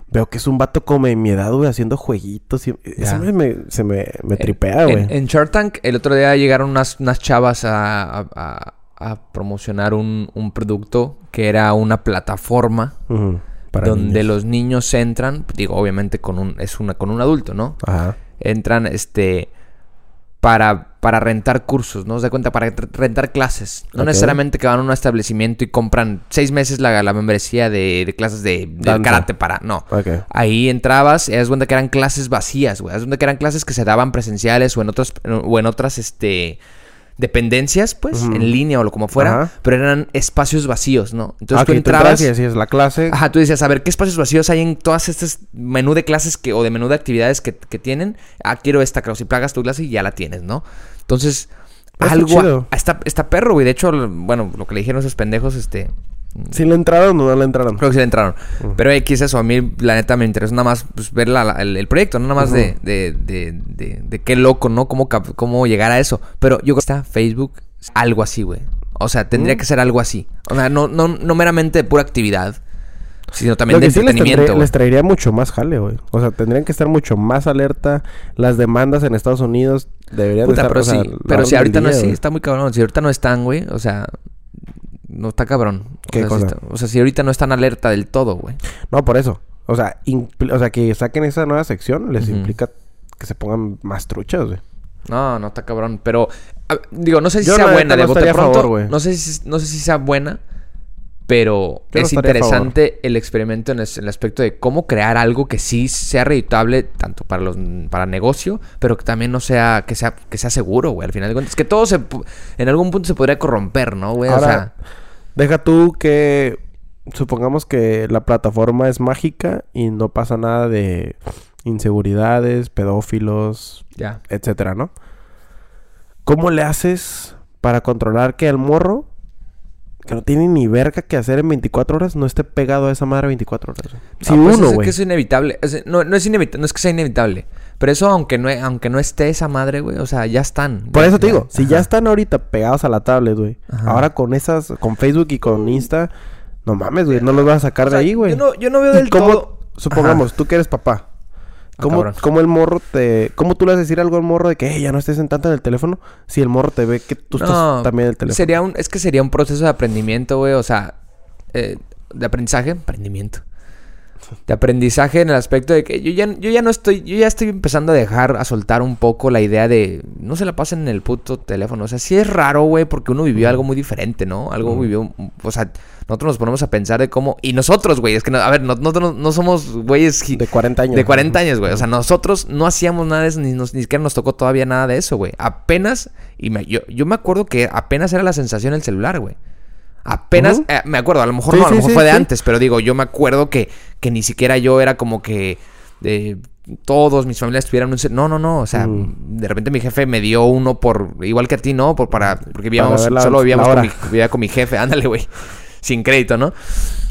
Speaker 2: veo que es un vato como de mi edad, güey, haciendo jueguitos. Y... Eso
Speaker 1: Ya. Eh,
Speaker 2: me, me- se me, me tripea, Ah, güey.
Speaker 1: En, en Shark Tank, el otro día llegaron unas, unas chavas a, a- a- a promocionar un, un producto que era una plataforma
Speaker 2: Ujú, para
Speaker 1: donde
Speaker 2: niños.
Speaker 1: los niños entran, digo, obviamente con un, es una, con un adulto, ¿no?
Speaker 2: Ajá.
Speaker 1: entran este para, para rentar cursos, ¿no? Se da cuenta, para re- rentar clases. No
Speaker 2: Ok.
Speaker 1: necesariamente que van a un establecimiento y compran seis meses la, la membresía de, de clases de, de
Speaker 2: Danza.
Speaker 1: karate para. No.
Speaker 2: Ok.
Speaker 1: Ahí entrabas, es donde que eran clases vacías, güey. Es donde que eran clases que se daban presenciales o en otras, o en otras, este. Dependencias, pues,
Speaker 2: Ujú.
Speaker 1: en línea o lo como fuera,
Speaker 2: Ajá.
Speaker 1: pero eran espacios vacíos, ¿no? Entonces
Speaker 2: Ah,
Speaker 1: tú
Speaker 2: que
Speaker 1: entrabas.
Speaker 2: y así es la clase.
Speaker 1: Ajá, tú decías, a ver, ¿qué espacios vacíos hay en todas estas menú de clases que, o de menú de actividades que, que tienen? Ah, quiero esta clase. Y plagas tu clase y ya la tienes, ¿no? Entonces,
Speaker 2: Está
Speaker 1: algo...
Speaker 2: chido.
Speaker 1: ah, Está, está perro, güey. De hecho, lo- bueno, lo que le dijeron esos pendejos, este...
Speaker 2: Si le entraron o no le entraron.
Speaker 1: Creo que sí le entraron. Pero X, eso, a mí, la neta, me interesa nada más pues, ver la- la- el, el proyecto, no nada más de, de, de, de- de qué loco, ¿no? Cómo, cap- cómo llegar a eso. Pero yo creo que está Facebook, algo así, güey. O sea, tendría que ser algo así. O sea, no, no, no meramente de pura actividad, sino también
Speaker 2: Lo
Speaker 1: de
Speaker 2: que sí les,
Speaker 1: entretenimiento.
Speaker 2: tendré-
Speaker 1: güey.
Speaker 2: les traería mucho más jale, güey. O sea, tendrían que estar mucho más alerta. Las demandas en Estados Unidos deberían
Speaker 1: Puta,
Speaker 2: de estar...
Speaker 1: pero,
Speaker 2: o sea,
Speaker 1: si,
Speaker 2: la
Speaker 1: pero si
Speaker 2: orden
Speaker 1: ahorita
Speaker 2: del
Speaker 1: no es,
Speaker 2: día,
Speaker 1: sí,
Speaker 2: güey.
Speaker 1: está muy cabrón. Si ahorita no están, güey, o sea, no está cabrón. O
Speaker 2: ¿Qué
Speaker 1: sea, si
Speaker 2: cosa?
Speaker 1: está- o sea, si ahorita no están alerta del todo, güey.
Speaker 2: No, por eso. O sea, impl- o sea, que saquen esa nueva sección les
Speaker 1: Ujú.
Speaker 2: implica que se pongan más truchas, güey.
Speaker 1: No, no está cabrón. Pero, a- digo, no sé si
Speaker 2: Yo,
Speaker 1: sea
Speaker 2: la neta,
Speaker 1: buena de
Speaker 2: no
Speaker 1: bote
Speaker 2: estaría a
Speaker 1: pronto.
Speaker 2: favor, güey.
Speaker 1: no, sé si, no sé si sea buena, pero
Speaker 2: Yo no
Speaker 1: es
Speaker 2: estaría a favor.
Speaker 1: interesante el experimento en es- en el, aspecto de cómo crear algo que sí sea redituable tanto para los para negocio, pero que también no sea que sea que sea seguro, güey. Al final de cuentas, que todo se pu- en algún punto se podría corromper, ¿no, güey? Pues, O
Speaker 2: Ahora,
Speaker 1: sea,
Speaker 2: deja tú que supongamos que la plataforma es mágica y no pasa nada de inseguridades, pedófilos,
Speaker 1: ya.
Speaker 2: etcétera, ¿no? ¿Cómo le haces para controlar que el morro que no tiene ni verga que hacer en 24 horas no esté pegado a esa madre 24 horas? güey? Ah, Si
Speaker 1: No, pues
Speaker 2: uno,
Speaker 1: es
Speaker 2: güey.
Speaker 1: que es inevitable. O sea, no, no es inevitable, no es que sea inevitable. Pero eso, aunque no, aunque no esté esa madre, güey, o sea, ya están.
Speaker 2: Por
Speaker 1: Ya-
Speaker 2: eso te digo, si ya
Speaker 1: ajá.
Speaker 2: están ahorita pegados a la tablet, güey.
Speaker 1: Ajá.
Speaker 2: Ahora con esas, con Facebook y con Insta, no mames, güey, no los vas a sacar
Speaker 1: O sea,
Speaker 2: de ahí, güey.
Speaker 1: Yo no, yo no veo
Speaker 2: ¿Y
Speaker 1: del
Speaker 2: cómo-
Speaker 1: todo.
Speaker 2: Supongamos, tú que eres papá. ¿Cómo,
Speaker 1: cabrón.
Speaker 2: cómo el morro te... ¿Cómo tú le vas a decir algo al morro de que "Ey, ya no estés en tanto en el teléfono? Si el morro te ve que tú
Speaker 1: No,
Speaker 2: estás también en el teléfono.
Speaker 1: Sería un, es que sería un proceso de aprendimiento, güey. O sea, eh, de aprendizaje. Aprendimiento. De aprendizaje en el aspecto de que yo ya, yo ya no estoy, yo ya estoy empezando a dejar, a soltar un poco la idea de no se la pasen en el puto teléfono. O sea, sí es raro, güey, porque uno vivió algo muy diferente, ¿no? Algo vivió, o sea, nosotros nos ponemos a pensar de cómo, y nosotros, güey, es que, no- a ver, no- nosotros no, no somos güeyes gi-
Speaker 2: De 40 años.
Speaker 1: de 40 años, güey. O sea, nosotros no hacíamos nada de eso, ni, nos- ni siquiera nos tocó todavía nada de eso, güey. Apenas, y me- yo, yo me acuerdo que apenas era la sensación el celular, güey. Apenas,
Speaker 2: Ujú.
Speaker 1: eh, me acuerdo, a lo mejor
Speaker 2: Sí,
Speaker 1: no, a lo
Speaker 2: sí,
Speaker 1: mejor
Speaker 2: sí,
Speaker 1: fue de
Speaker 2: sí.
Speaker 1: antes, pero digo, yo me acuerdo que, que ni siquiera yo era como que eh, todos mis familias tuvieran un... ce- No, no, no, o sea,
Speaker 2: Mm.
Speaker 1: de repente mi jefe me dio uno por, igual que a ti, ¿no? Por, para, porque vivíamos,
Speaker 2: ver la-
Speaker 1: solo vivíamos
Speaker 2: la
Speaker 1: con mi,
Speaker 2: hora.
Speaker 1: vivía con mi jefe, ándale, güey, (laughs) sin crédito, ¿no?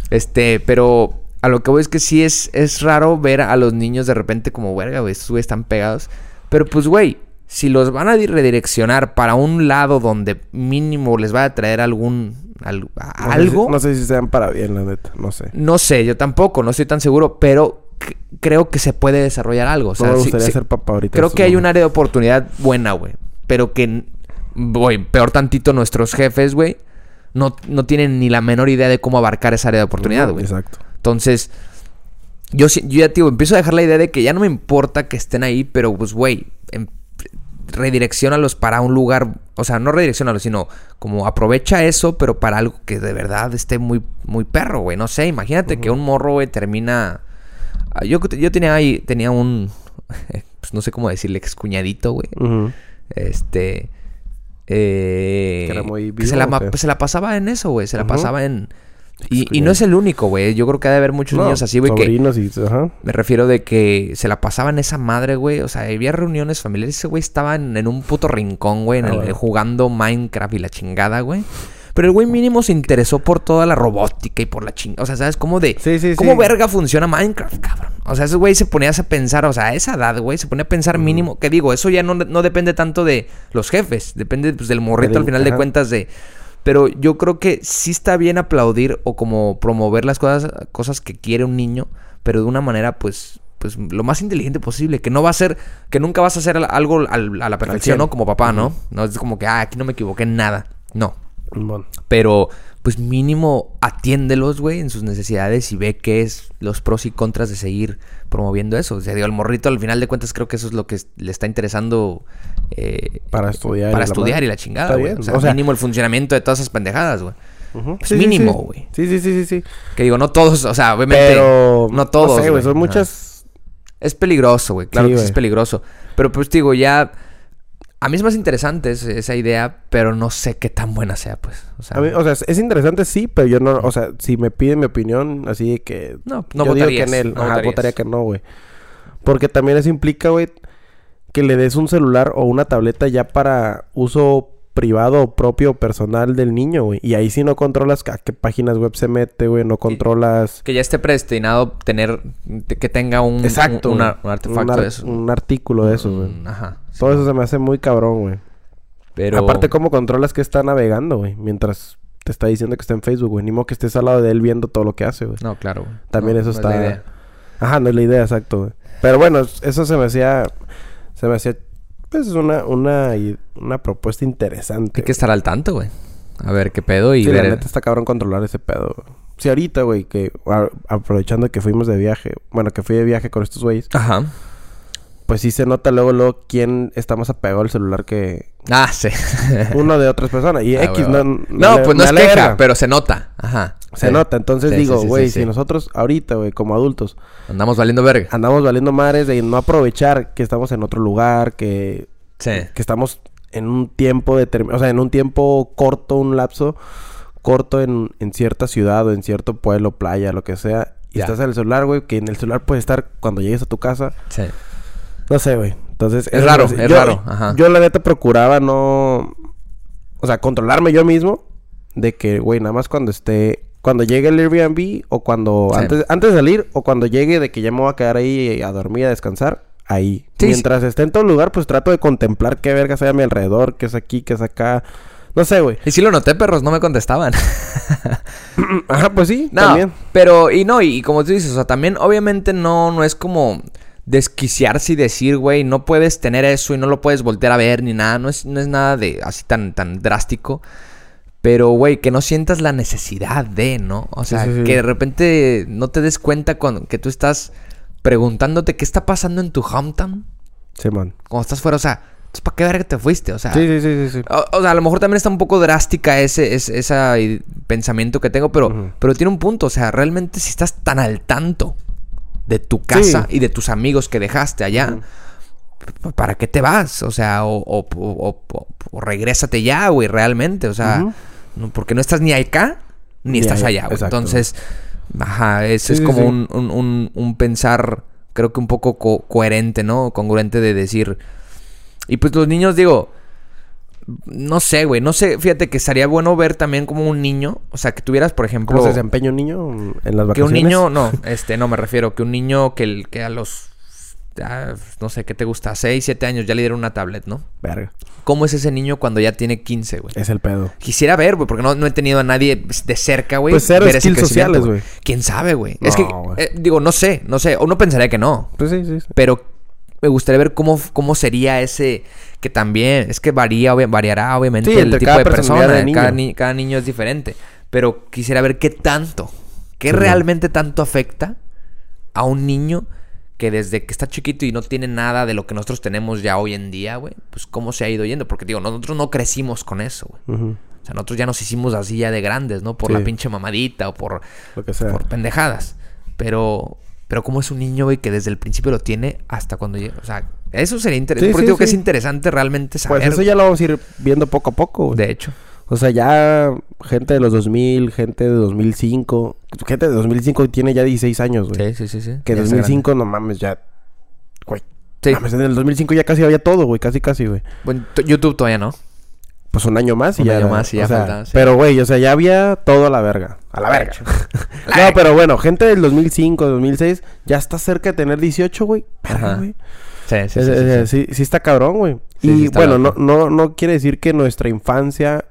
Speaker 1: Este, pero a lo que voy es que sí es, es raro ver a los niños de repente como, verga, güey, estos güeyes están pegados. Pero pues, güey, si los van a di- redireccionar para un lado donde mínimo les va a traer algún... al- a-
Speaker 2: No sé
Speaker 1: algo...
Speaker 2: si- no sé si sean para bien, la neta. No sé.
Speaker 1: No sé, yo tampoco, no estoy tan seguro, pero c- creo que se puede desarrollar algo. O sea,
Speaker 2: no me
Speaker 1: sí-
Speaker 2: gustaría
Speaker 1: sí-
Speaker 2: ser papá ahorita.
Speaker 1: creo
Speaker 2: en
Speaker 1: que
Speaker 2: estos
Speaker 1: hay un
Speaker 2: momentos.
Speaker 1: área de oportunidad buena, güey. Pero que, n- güey, peor tantito nuestros jefes, güey, no, no tienen ni la menor idea de cómo abarcar esa área de oportunidad, güey.
Speaker 2: Exacto.
Speaker 1: Entonces, yo, sí- yo ya te digo, empiezo a dejar la idea de que ya no me importa que estén ahí, pero pues, güey, em- redireccionalos para un lugar, o sea, no redireccionalos, sino como aprovecha eso, pero para algo que de verdad esté muy, muy perro, güey. No sé, imagínate que un morro, güey, termina... Ah, Yo, yo tenía ahí, tenía un, (laughs) pues no sé cómo decirle, excuñadito, güey.
Speaker 2: Ujú.
Speaker 1: Este. eh,
Speaker 2: Que era muy
Speaker 1: se,
Speaker 2: vivo,
Speaker 1: la,
Speaker 2: ¿o
Speaker 1: ma-
Speaker 2: qué?
Speaker 1: pues se la pasaba en eso, güey. Se la
Speaker 2: Ujú.
Speaker 1: pasaba en. Y, y
Speaker 2: Excluyente.
Speaker 1: no es el único, güey. Yo creo que ha de haber muchos
Speaker 2: No,
Speaker 1: niños así, güey, que.
Speaker 2: Sobrinos y... Ajá.
Speaker 1: Me refiero de que se la pasaba en esa madre, güey. O sea, había reuniones familiares. Ese güey estaba en, en un puto rincón, güey, en
Speaker 2: Ah,
Speaker 1: el-
Speaker 2: bueno.
Speaker 1: jugando Minecraft y la chingada, güey. Pero el güey mínimo se interesó por toda la robótica y por la chingada. O sea, ¿sabes? Como de...
Speaker 2: Sí, sí,
Speaker 1: ¿Cómo
Speaker 2: sí.
Speaker 1: verga funciona Minecraft, cabrón? O sea, ese güey se ponía a pensar, o sea, a esa edad, güey, se ponía a pensar mínimo. Que digo, eso ya no, no depende tanto de los jefes. Depende, pues, del morrito
Speaker 2: Del-
Speaker 1: al final de
Speaker 2: ajá.
Speaker 1: cuentas de... Pero yo creo que sí está bien aplaudir o como promover las cosas, cosas que quiere un niño, pero de una manera, pues, pues lo más inteligente posible. Que no va a ser, que nunca vas a hacer al- algo al- a la perfección,
Speaker 2: cien.
Speaker 1: ¿no? Como papá, ¿no? No es como que, ah, aquí no me equivoqué en nada. No.
Speaker 2: Bueno.
Speaker 1: Pero, pues mínimo atiéndelos, güey, en sus necesidades y ve qué es los pros y contras de seguir promoviendo eso. O sea, digo, el morrito al final de cuentas creo que eso es lo que es- le está interesando eh,
Speaker 2: Para estudiar. y
Speaker 1: para
Speaker 2: la
Speaker 1: estudiar
Speaker 2: madre.
Speaker 1: y la chingada,
Speaker 2: Está
Speaker 1: güey.
Speaker 2: bien,
Speaker 1: O sea, mínimo el funcionamiento de todas esas pendejadas, güey.
Speaker 2: ujú.
Speaker 1: pues, mínimo, güey.
Speaker 2: Sí, sí, sí, sí, sí.
Speaker 1: Que digo, no todos, o sea, obviamente.
Speaker 2: Pero...
Speaker 1: no todos.
Speaker 2: sé, güey. Son
Speaker 1: Ajá.
Speaker 2: muchas...
Speaker 1: Es peligroso, güey. Claro
Speaker 2: Sí,
Speaker 1: que sí
Speaker 2: güey.
Speaker 1: es peligroso. Pero pues digo, ya. A mí es más interesante ese- esa idea, pero no sé qué tan buena sea, pues. O sea,
Speaker 2: A mí, o sea, es interesante, sí, pero yo no... O sea, si me piden mi opinión, así de que...
Speaker 1: no, no
Speaker 2: yo digo que
Speaker 1: votarías.
Speaker 2: en él.
Speaker 1: no
Speaker 2: Ajá,
Speaker 1: votarías.
Speaker 2: votaría que no, güey. Porque también eso implica, güey, que le des un celular o una tableta ya para uso privado o propio personal del niño, güey. Y ahí sí no controlas a qué páginas web se mete, güey. No controlas...
Speaker 1: Que ya esté predestinado tener. te- Que tenga un. Un, un
Speaker 2: güey.
Speaker 1: ar- un artefacto
Speaker 2: ar-
Speaker 1: de eso.
Speaker 2: Un artículo de eso, güey.
Speaker 1: Mm, Ajá. sí.
Speaker 2: Todo eso se me hace muy cabrón, güey.
Speaker 1: Pero.
Speaker 2: Aparte, ¿cómo controlas que está navegando, güey? Mientras te está diciendo que está en Facebook, güey. Ni modo que estés al lado de él viendo todo lo que hace, güey.
Speaker 1: No, claro. güey.
Speaker 2: También
Speaker 1: No,
Speaker 2: eso
Speaker 1: no es la
Speaker 2: está-
Speaker 1: idea.
Speaker 2: Ajá, no es la idea, exacto, güey. Pero bueno, es- eso se me hacía... Se me hacía... Pues es una, una, i- una propuesta interesante.
Speaker 1: Hay que eh. estar al tanto, güey. A ver qué pedo y
Speaker 2: Sí, la
Speaker 1: ver.
Speaker 2: neta está cabrón controlar ese pedo, güey. Si ahorita, güey, que... a- aprovechando que fuimos de viaje... Bueno, que fui de viaje con estos güeyes...
Speaker 1: Ajá.
Speaker 2: Pues sí se nota luego, luego quién está más apegado al
Speaker 1: (laughs)
Speaker 2: celular que...
Speaker 1: Ah, sí.
Speaker 2: Uno de otras personas. (laughs) Y
Speaker 1: Ah,
Speaker 2: X,
Speaker 1: huevo.
Speaker 2: no...
Speaker 1: No,
Speaker 2: le-
Speaker 1: pues no
Speaker 2: me
Speaker 1: es
Speaker 2: vale
Speaker 1: queja,
Speaker 2: verga.
Speaker 1: pero se nota. Ajá.
Speaker 2: Se
Speaker 1: Sí.
Speaker 2: nota. Entonces
Speaker 1: Sí, sí,
Speaker 2: digo,
Speaker 1: sí, sí,
Speaker 2: güey,
Speaker 1: sí.
Speaker 2: si nosotros ahorita, güey, como adultos...
Speaker 1: Andamos valiendo verga.
Speaker 2: Andamos valiendo mares de no aprovechar que estamos en otro lugar, que
Speaker 1: Sí.
Speaker 2: que estamos en un tiempo determinado, o sea, en un tiempo corto, un lapso corto en, en cierta ciudad o en cierto pueblo, playa, lo que sea. Y
Speaker 1: Ya.
Speaker 2: estás en el celular, güey, que en el celular puedes estar cuando llegues a tu casa.
Speaker 1: Sí.
Speaker 2: No sé, güey. Entonces...
Speaker 1: Es
Speaker 2: eso
Speaker 1: raro,
Speaker 2: me hace-
Speaker 1: es
Speaker 2: yo- eh,
Speaker 1: raro, ajá.
Speaker 2: Yo la neta procuraba no... O sea, controlarme yo mismo de que, güey, nada más cuando esté... Cuando llegue el Airbnb o cuando...
Speaker 1: Sí.
Speaker 2: Antes, antes de salir o cuando llegue de que ya me voy a quedar ahí eh, a dormir, a descansar. Ahí.
Speaker 1: Sí,
Speaker 2: Mientras esté en todo lugar, pues trato de contemplar qué vergas hay a mi alrededor, qué es aquí, qué es acá. No sé, güey. (clears throat)
Speaker 1: Y sí lo noté, perros, no me contestaban. (laughs)
Speaker 2: Ajá, pues sí,
Speaker 1: No,
Speaker 2: también.
Speaker 1: pero, y no, y, y como tú dices, o sea, también obviamente no, no es como, desquiciarse y decir, güey, no puedes tener eso y no lo puedes voltear a ver ni nada. No es, no es nada de así tan, tan drástico. Pero, güey, que no sientas la necesidad de, ¿no? O sea,
Speaker 2: sí, sí.
Speaker 1: que de repente no te des cuenta con, que tú estás preguntándote qué está pasando en tu hometown
Speaker 2: Simón.
Speaker 1: cuando estás fuera. O sea, entonces, ¿para qué verga te fuiste? O sea,
Speaker 2: Sí, sí, sí, sí, sí.
Speaker 1: o, o sea, a lo mejor también está un poco drástica ese, ese, esa i- pensamiento que tengo, pero,
Speaker 2: Ujú.
Speaker 1: pero tiene un punto. O sea, realmente si estás tan al tanto de tu casa
Speaker 2: Sí.
Speaker 1: y de tus amigos que dejaste allá, p- ¿para qué te vas? O sea, o, o, o- o- o regrésate ya, güey, realmente. O sea,
Speaker 2: Ujú.
Speaker 1: no- porque no estás ni acá ni,
Speaker 2: Ni
Speaker 1: estás
Speaker 2: allá,
Speaker 1: allá, güey.
Speaker 2: exacto.
Speaker 1: Entonces, ajá, es,
Speaker 2: Sí,
Speaker 1: es
Speaker 2: sí,
Speaker 1: como
Speaker 2: sí.
Speaker 1: Un, un- un- un pensar, creo que un poco co- coherente, ¿no? Congruente de decir. Y pues los niños, digo, no sé, güey, no sé, fíjate que estaría bueno ver también como un niño, o sea, que tuvieras, por ejemplo,
Speaker 2: ¿Cómo se desempeña un niño en las vacaciones?
Speaker 1: que un niño, no, este, no me refiero, que un niño que, el- que a los, ah, no sé, ¿qué te gusta? 6, 7 años ya le dieron una tablet, ¿no?
Speaker 2: Verga.
Speaker 1: ¿Cómo es ese niño cuando ya tiene 15, güey?
Speaker 2: Es el pedo.
Speaker 1: Quisiera ver, güey, porque no, no he tenido a nadie de cerca, güey.
Speaker 2: Pues cero
Speaker 1: ver ese
Speaker 2: skills
Speaker 1: crecimiento,
Speaker 2: sociales, güey.
Speaker 1: ¿Quién sabe, güey? es
Speaker 2: No,
Speaker 1: que,
Speaker 2: güey.
Speaker 1: eh, digo, no sé, no sé. Uno pensaría que no,
Speaker 2: Pues sí, sí, sí.
Speaker 1: pero me gustaría ver cómo, cómo sería ese. Que también. Es que varía, obvia- variará, obviamente,
Speaker 2: Sí,
Speaker 1: el
Speaker 2: entre
Speaker 1: tipo
Speaker 2: cada
Speaker 1: de
Speaker 2: personalidad
Speaker 1: persona.
Speaker 2: de
Speaker 1: Cada,
Speaker 2: niño.
Speaker 1: ni- cada niño es diferente. Pero quisiera ver qué tanto. ¿Qué
Speaker 2: Sí, güey.
Speaker 1: realmente tanto afecta a un niño que desde que está chiquito y no tiene nada de lo que nosotros tenemos ya hoy en día, güey? Pues cómo se ha ido yendo. Porque digo, nosotros no crecimos con eso, güey.
Speaker 2: Ujú.
Speaker 1: O sea, nosotros ya nos hicimos así ya de grandes, ¿no? Por
Speaker 2: Sí.
Speaker 1: la pinche mamadita o por
Speaker 2: Lo que sea. Pues
Speaker 1: por pendejadas. Pero, pero cómo es un niño, güey, que desde el principio lo tiene hasta cuando llega. O sea, eso sería interesante.
Speaker 2: Sí,
Speaker 1: Porque
Speaker 2: sí,
Speaker 1: digo que es
Speaker 2: sí.
Speaker 1: interesante realmente saber.
Speaker 2: Pues eso ya lo vamos a ir viendo poco a poco, güey.
Speaker 1: De hecho.
Speaker 2: O sea, ya gente de los 2000, gente de 2005. Gente de 2005 tiene ya 16 años, güey.
Speaker 1: Sí, sí, sí, sí.
Speaker 2: Que
Speaker 1: Ya está
Speaker 2: 2005, no mames, ya. Güey.
Speaker 1: Sí.
Speaker 2: Mames, en el 2005 ya casi había todo, güey. Casi, casi, güey.
Speaker 1: grande. Bueno, t- YouTube todavía no.
Speaker 2: Pues un año más y
Speaker 1: Un
Speaker 2: ya.
Speaker 1: año
Speaker 2: era-
Speaker 1: más y ya
Speaker 2: o sea,
Speaker 1: faltaba, sí.
Speaker 2: Pero, güey, o sea, ya había todo a la verga. A
Speaker 1: (laughs)
Speaker 2: la verga. no, pero bueno, gente del 2005, 2006, ya está cerca de tener 18, güey. Verga,
Speaker 1: Ajá.
Speaker 2: güey.
Speaker 1: Sí, sí, sí. sí,
Speaker 2: Es- es-
Speaker 1: sí.
Speaker 2: es- Eh, sí, sí está cabrón, güey.
Speaker 1: Sí,
Speaker 2: y
Speaker 1: sí está
Speaker 2: bueno, no,
Speaker 1: loco.
Speaker 2: no, no quiere decir que nuestra infancia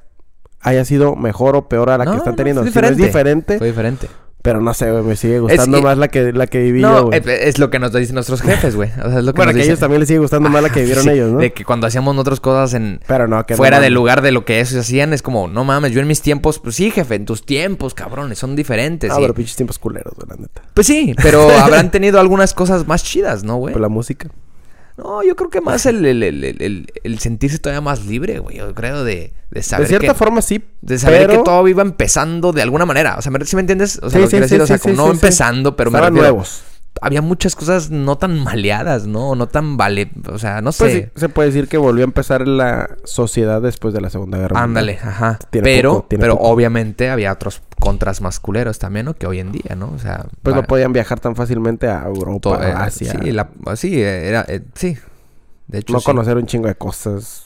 Speaker 2: haya sido mejor o peor a la
Speaker 1: No,
Speaker 2: que está
Speaker 1: no,
Speaker 2: teniendo.
Speaker 1: fue
Speaker 2: Sí, no Es diferente.
Speaker 1: Fue diferente.
Speaker 2: Pero no sé, güey, me sigue gustando
Speaker 1: que-
Speaker 2: más la que, la que viví yo,
Speaker 1: No,
Speaker 2: güey.
Speaker 1: es, es lo que nos dicen nuestros jefes, güey. O sea, es lo que nos
Speaker 2: bueno, que a
Speaker 1: dicen.
Speaker 2: ellos también les sigue gustando más la que
Speaker 1: (laughs)
Speaker 2: vivieron
Speaker 1: Sí,
Speaker 2: ellos, ¿no?
Speaker 1: De que cuando hacíamos otras cosas en,
Speaker 2: Pero no, que no
Speaker 1: fuera
Speaker 2: mames.
Speaker 1: del lugar de lo que ellos hacían, es como, no mames, yo en mis tiempos, pues sí, jefe, en tus tiempos, cabrones, son diferentes.
Speaker 2: Ah,
Speaker 1: y-
Speaker 2: pero pinches tiempos culeros, güey, la neta.
Speaker 1: Pues sí,
Speaker 2: (laughs)
Speaker 1: pero habrán tenido algunas cosas más chidas, ¿no, güey?
Speaker 2: Pero la música.
Speaker 1: No, yo creo que más el, el, el, el- el- el sentirse todavía más libre, güey. Yo creo de, de saber.
Speaker 2: de cierta
Speaker 1: que,
Speaker 2: forma sí,
Speaker 1: De saber
Speaker 2: pero...
Speaker 1: que todo iba empezando de alguna manera. O sea, ¿me- ¿sí me entiendes? O sea,
Speaker 2: Sí,
Speaker 1: lo que
Speaker 2: sí,
Speaker 1: quiero
Speaker 2: sí,
Speaker 1: decir, o sea,
Speaker 2: sí,
Speaker 1: como
Speaker 2: sí,
Speaker 1: no
Speaker 2: sí,
Speaker 1: empezando, pero
Speaker 2: Estaban
Speaker 1: me refiero.
Speaker 2: nuevos.
Speaker 1: Había muchas cosas no tan maleadas, ¿no? No tan vale. O sea, no sé.
Speaker 2: Pues sí, se puede decir que volvió a empezar la sociedad después de la Segunda Guerra Mundial.
Speaker 1: Ándale, ajá.
Speaker 2: Tiene
Speaker 1: pero,
Speaker 2: poco, tiene
Speaker 1: pero
Speaker 2: poco.
Speaker 1: obviamente había otros contras más culeros también, ¿no? Que hoy en día, ¿no? O sea.
Speaker 2: Pues
Speaker 1: para-
Speaker 2: no podían viajar tan fácilmente a Europa,
Speaker 1: to- eh,
Speaker 2: a Asia.
Speaker 1: Sí, la- sí, eh, era. eh, sí. De hecho,
Speaker 2: ah. no
Speaker 1: sí.
Speaker 2: conocer un chingo de cosas.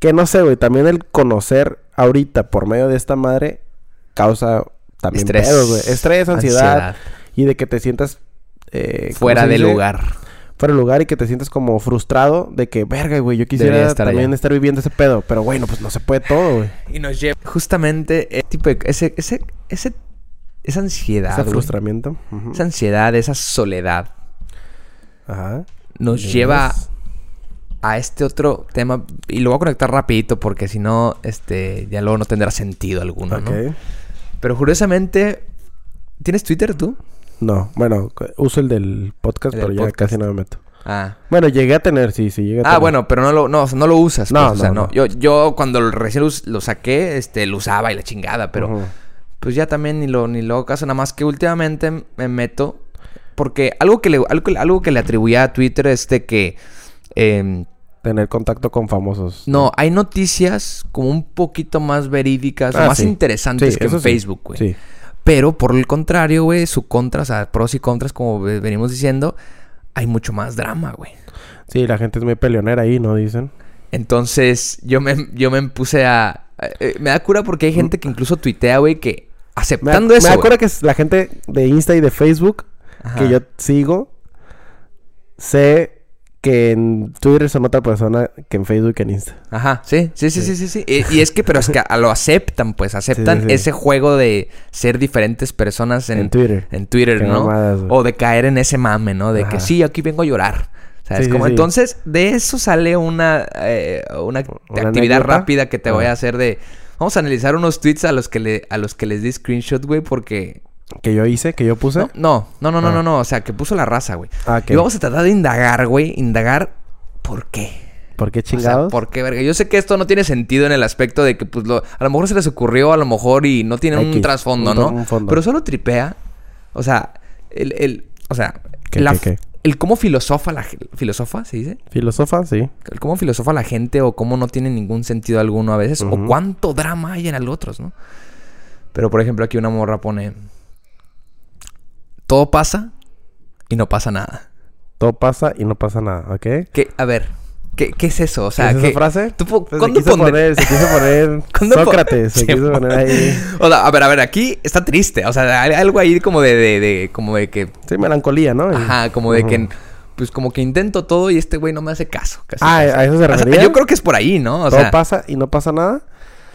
Speaker 2: Que no sé, güey. También el conocer ahorita por medio de esta madre causa también
Speaker 1: Estrés.
Speaker 2: pedos, güey. Estrés, ansiedad,
Speaker 1: Ansiedad.
Speaker 2: Y de que te sientas... eh, ¿cómo
Speaker 1: fuera
Speaker 2: se
Speaker 1: de
Speaker 2: dice?
Speaker 1: lugar.
Speaker 2: Fuera de lugar y que te sientas como frustrado de que, verga, güey, yo quisiera
Speaker 1: Debería estar
Speaker 2: también
Speaker 1: allá".
Speaker 2: estar viviendo ese pedo. Pero, bueno, pues no se puede todo, güey.
Speaker 1: Y nos lleva justamente ese tipo de- ese, ese, ese, esa ansiedad,
Speaker 2: Ese
Speaker 1: güey.
Speaker 2: frustramiento. Ujú.
Speaker 1: esa ansiedad, esa soledad,
Speaker 2: Ajá.
Speaker 1: nos
Speaker 2: Yes.
Speaker 1: lleva a este otro tema y lo voy a conectar rapidito porque si no, este, ya luego no tendrá sentido alguno,
Speaker 2: Ok.
Speaker 1: ¿no? Pero curiosamente, ¿tienes Twitter tú?
Speaker 2: No, bueno, cu- uso el del podcast,
Speaker 1: El
Speaker 2: pero
Speaker 1: del
Speaker 2: ya
Speaker 1: podcast.
Speaker 2: casi no me meto.
Speaker 1: Ah.
Speaker 2: Bueno, llegué a tener, sí, sí, llegué a tener.
Speaker 1: Ah, bueno, pero no lo, no, o sea, no lo usas.
Speaker 2: No,
Speaker 1: pues, o sea,
Speaker 2: no,
Speaker 1: no.
Speaker 2: no.
Speaker 1: Yo, yo cuando lo- recién lo us- lo saqué, este, lo usaba y la chingada, pero
Speaker 2: Ujú.
Speaker 1: pues ya también ni lo, ni lo caso, nada más que últimamente me meto. Porque algo que le, algo, que- algo que le atribuía a Twitter es de que. em,
Speaker 2: Tener contacto con famosos.
Speaker 1: no, hay noticias como un poquito más verídicas, o
Speaker 2: Ah,
Speaker 1: más
Speaker 2: sí.
Speaker 1: interesantes
Speaker 2: Sí,
Speaker 1: que en
Speaker 2: eso sí.
Speaker 1: Facebook, güey.
Speaker 2: Sí.
Speaker 1: Pero por el contrario, güey, su contra, o sea, pros y contras, como ve- venimos diciendo, hay mucho más drama, güey.
Speaker 2: Sí, la gente es muy peleonera ahí, ¿no? Dicen.
Speaker 1: Entonces, yo me, yo me puse a. eh, me da cura porque hay gente que incluso tuitea, güey, que
Speaker 2: Me, ac-
Speaker 1: aceptando
Speaker 2: me
Speaker 1: eso. güey.
Speaker 2: acuerdo que es la gente de Insta y de Facebook
Speaker 1: Ajá.
Speaker 2: que yo sigo, sé que en Twitter son otra persona que en Facebook que en Insta.
Speaker 1: Ajá, sí, sí, sí, sí, sí, sí. Y, y es que, pero es que a- lo aceptan, pues, aceptan
Speaker 2: (laughs) sí.
Speaker 1: ese juego de ser diferentes personas en,
Speaker 2: En Twitter.
Speaker 1: en Twitter,
Speaker 2: Qué
Speaker 1: ¿no?
Speaker 2: mamadas, güey.
Speaker 1: o de caer en ese mame, ¿no? De que
Speaker 2: Ajá.
Speaker 1: sí, aquí vengo a llorar. ¿Sabes?
Speaker 2: Sí, sí,
Speaker 1: como
Speaker 2: sí.
Speaker 1: entonces, de eso sale una, eh, una act-
Speaker 2: ¿Una
Speaker 1: actividad
Speaker 2: anécdota? Ah.
Speaker 1: rápida que te voy a
Speaker 2: Ajá.
Speaker 1: hacer de. Vamos a analizar unos tweets a los que le, a los que les di screenshot, güey, porque
Speaker 2: Que yo hice, que yo puse.
Speaker 1: no, no, no, no,
Speaker 2: Ah.
Speaker 1: no, no. O sea, que puso la raza, güey.
Speaker 2: Ah, ok.
Speaker 1: Y vamos a tratar de indagar, güey. Indagar por qué.
Speaker 2: ¿Por qué
Speaker 1: O sea,
Speaker 2: chingados?
Speaker 1: ¿por qué, verga? Yo sé que esto no tiene sentido en el aspecto de que, pues, lo- a lo mejor se les ocurrió, a lo mejor, y no tienen un
Speaker 2: X,
Speaker 1: trasfondo,
Speaker 2: un
Speaker 1: ¿no?
Speaker 2: to- un fondo.
Speaker 1: Pero solo tripea. O sea, el, el- o sea,
Speaker 2: ¿Qué,
Speaker 1: la
Speaker 2: qué,
Speaker 1: f-
Speaker 2: qué?
Speaker 1: el cómo filosofa la gen- filosofa, ¿se dice?
Speaker 2: ¿Filosofa? Sí.
Speaker 1: El cómo filosofa la gente o cómo no tiene ningún sentido alguno a veces, o cuánto drama hay en los otros, ¿no? Pero, por ejemplo, aquí una morra pone, todo pasa y no pasa nada.
Speaker 2: Todo pasa y no pasa nada, ¿ok?
Speaker 1: ¿Qué, a ver, ¿qué, qué es eso? O sea,
Speaker 2: ¿Es esa
Speaker 1: ¿qué-
Speaker 2: frase?
Speaker 1: ¿Tú po-
Speaker 2: Pues
Speaker 1: ¿cuándo
Speaker 2: se quiso
Speaker 1: pondré-
Speaker 2: poner, se quiso poner
Speaker 1: (laughs) ¿Cuándo po-
Speaker 2: Sócrates, se
Speaker 1: Sí,
Speaker 2: quiso
Speaker 1: mo-
Speaker 2: poner ahí.
Speaker 1: (laughs) O sea, a ver, a ver, aquí está triste. O sea, hay algo ahí como de, de, de- como de que.
Speaker 2: Sí, melancolía, ¿no? Y-
Speaker 1: Ajá, como de que. Pues como que intento todo y este güey no me hace caso. casi,
Speaker 2: Ah,
Speaker 1: casi.
Speaker 2: ¿a eso se
Speaker 1: O sea,
Speaker 2: refería?
Speaker 1: yo creo que es por ahí, ¿no? O
Speaker 2: todo
Speaker 1: sea. (laughs)
Speaker 2: pasa y no pasa nada.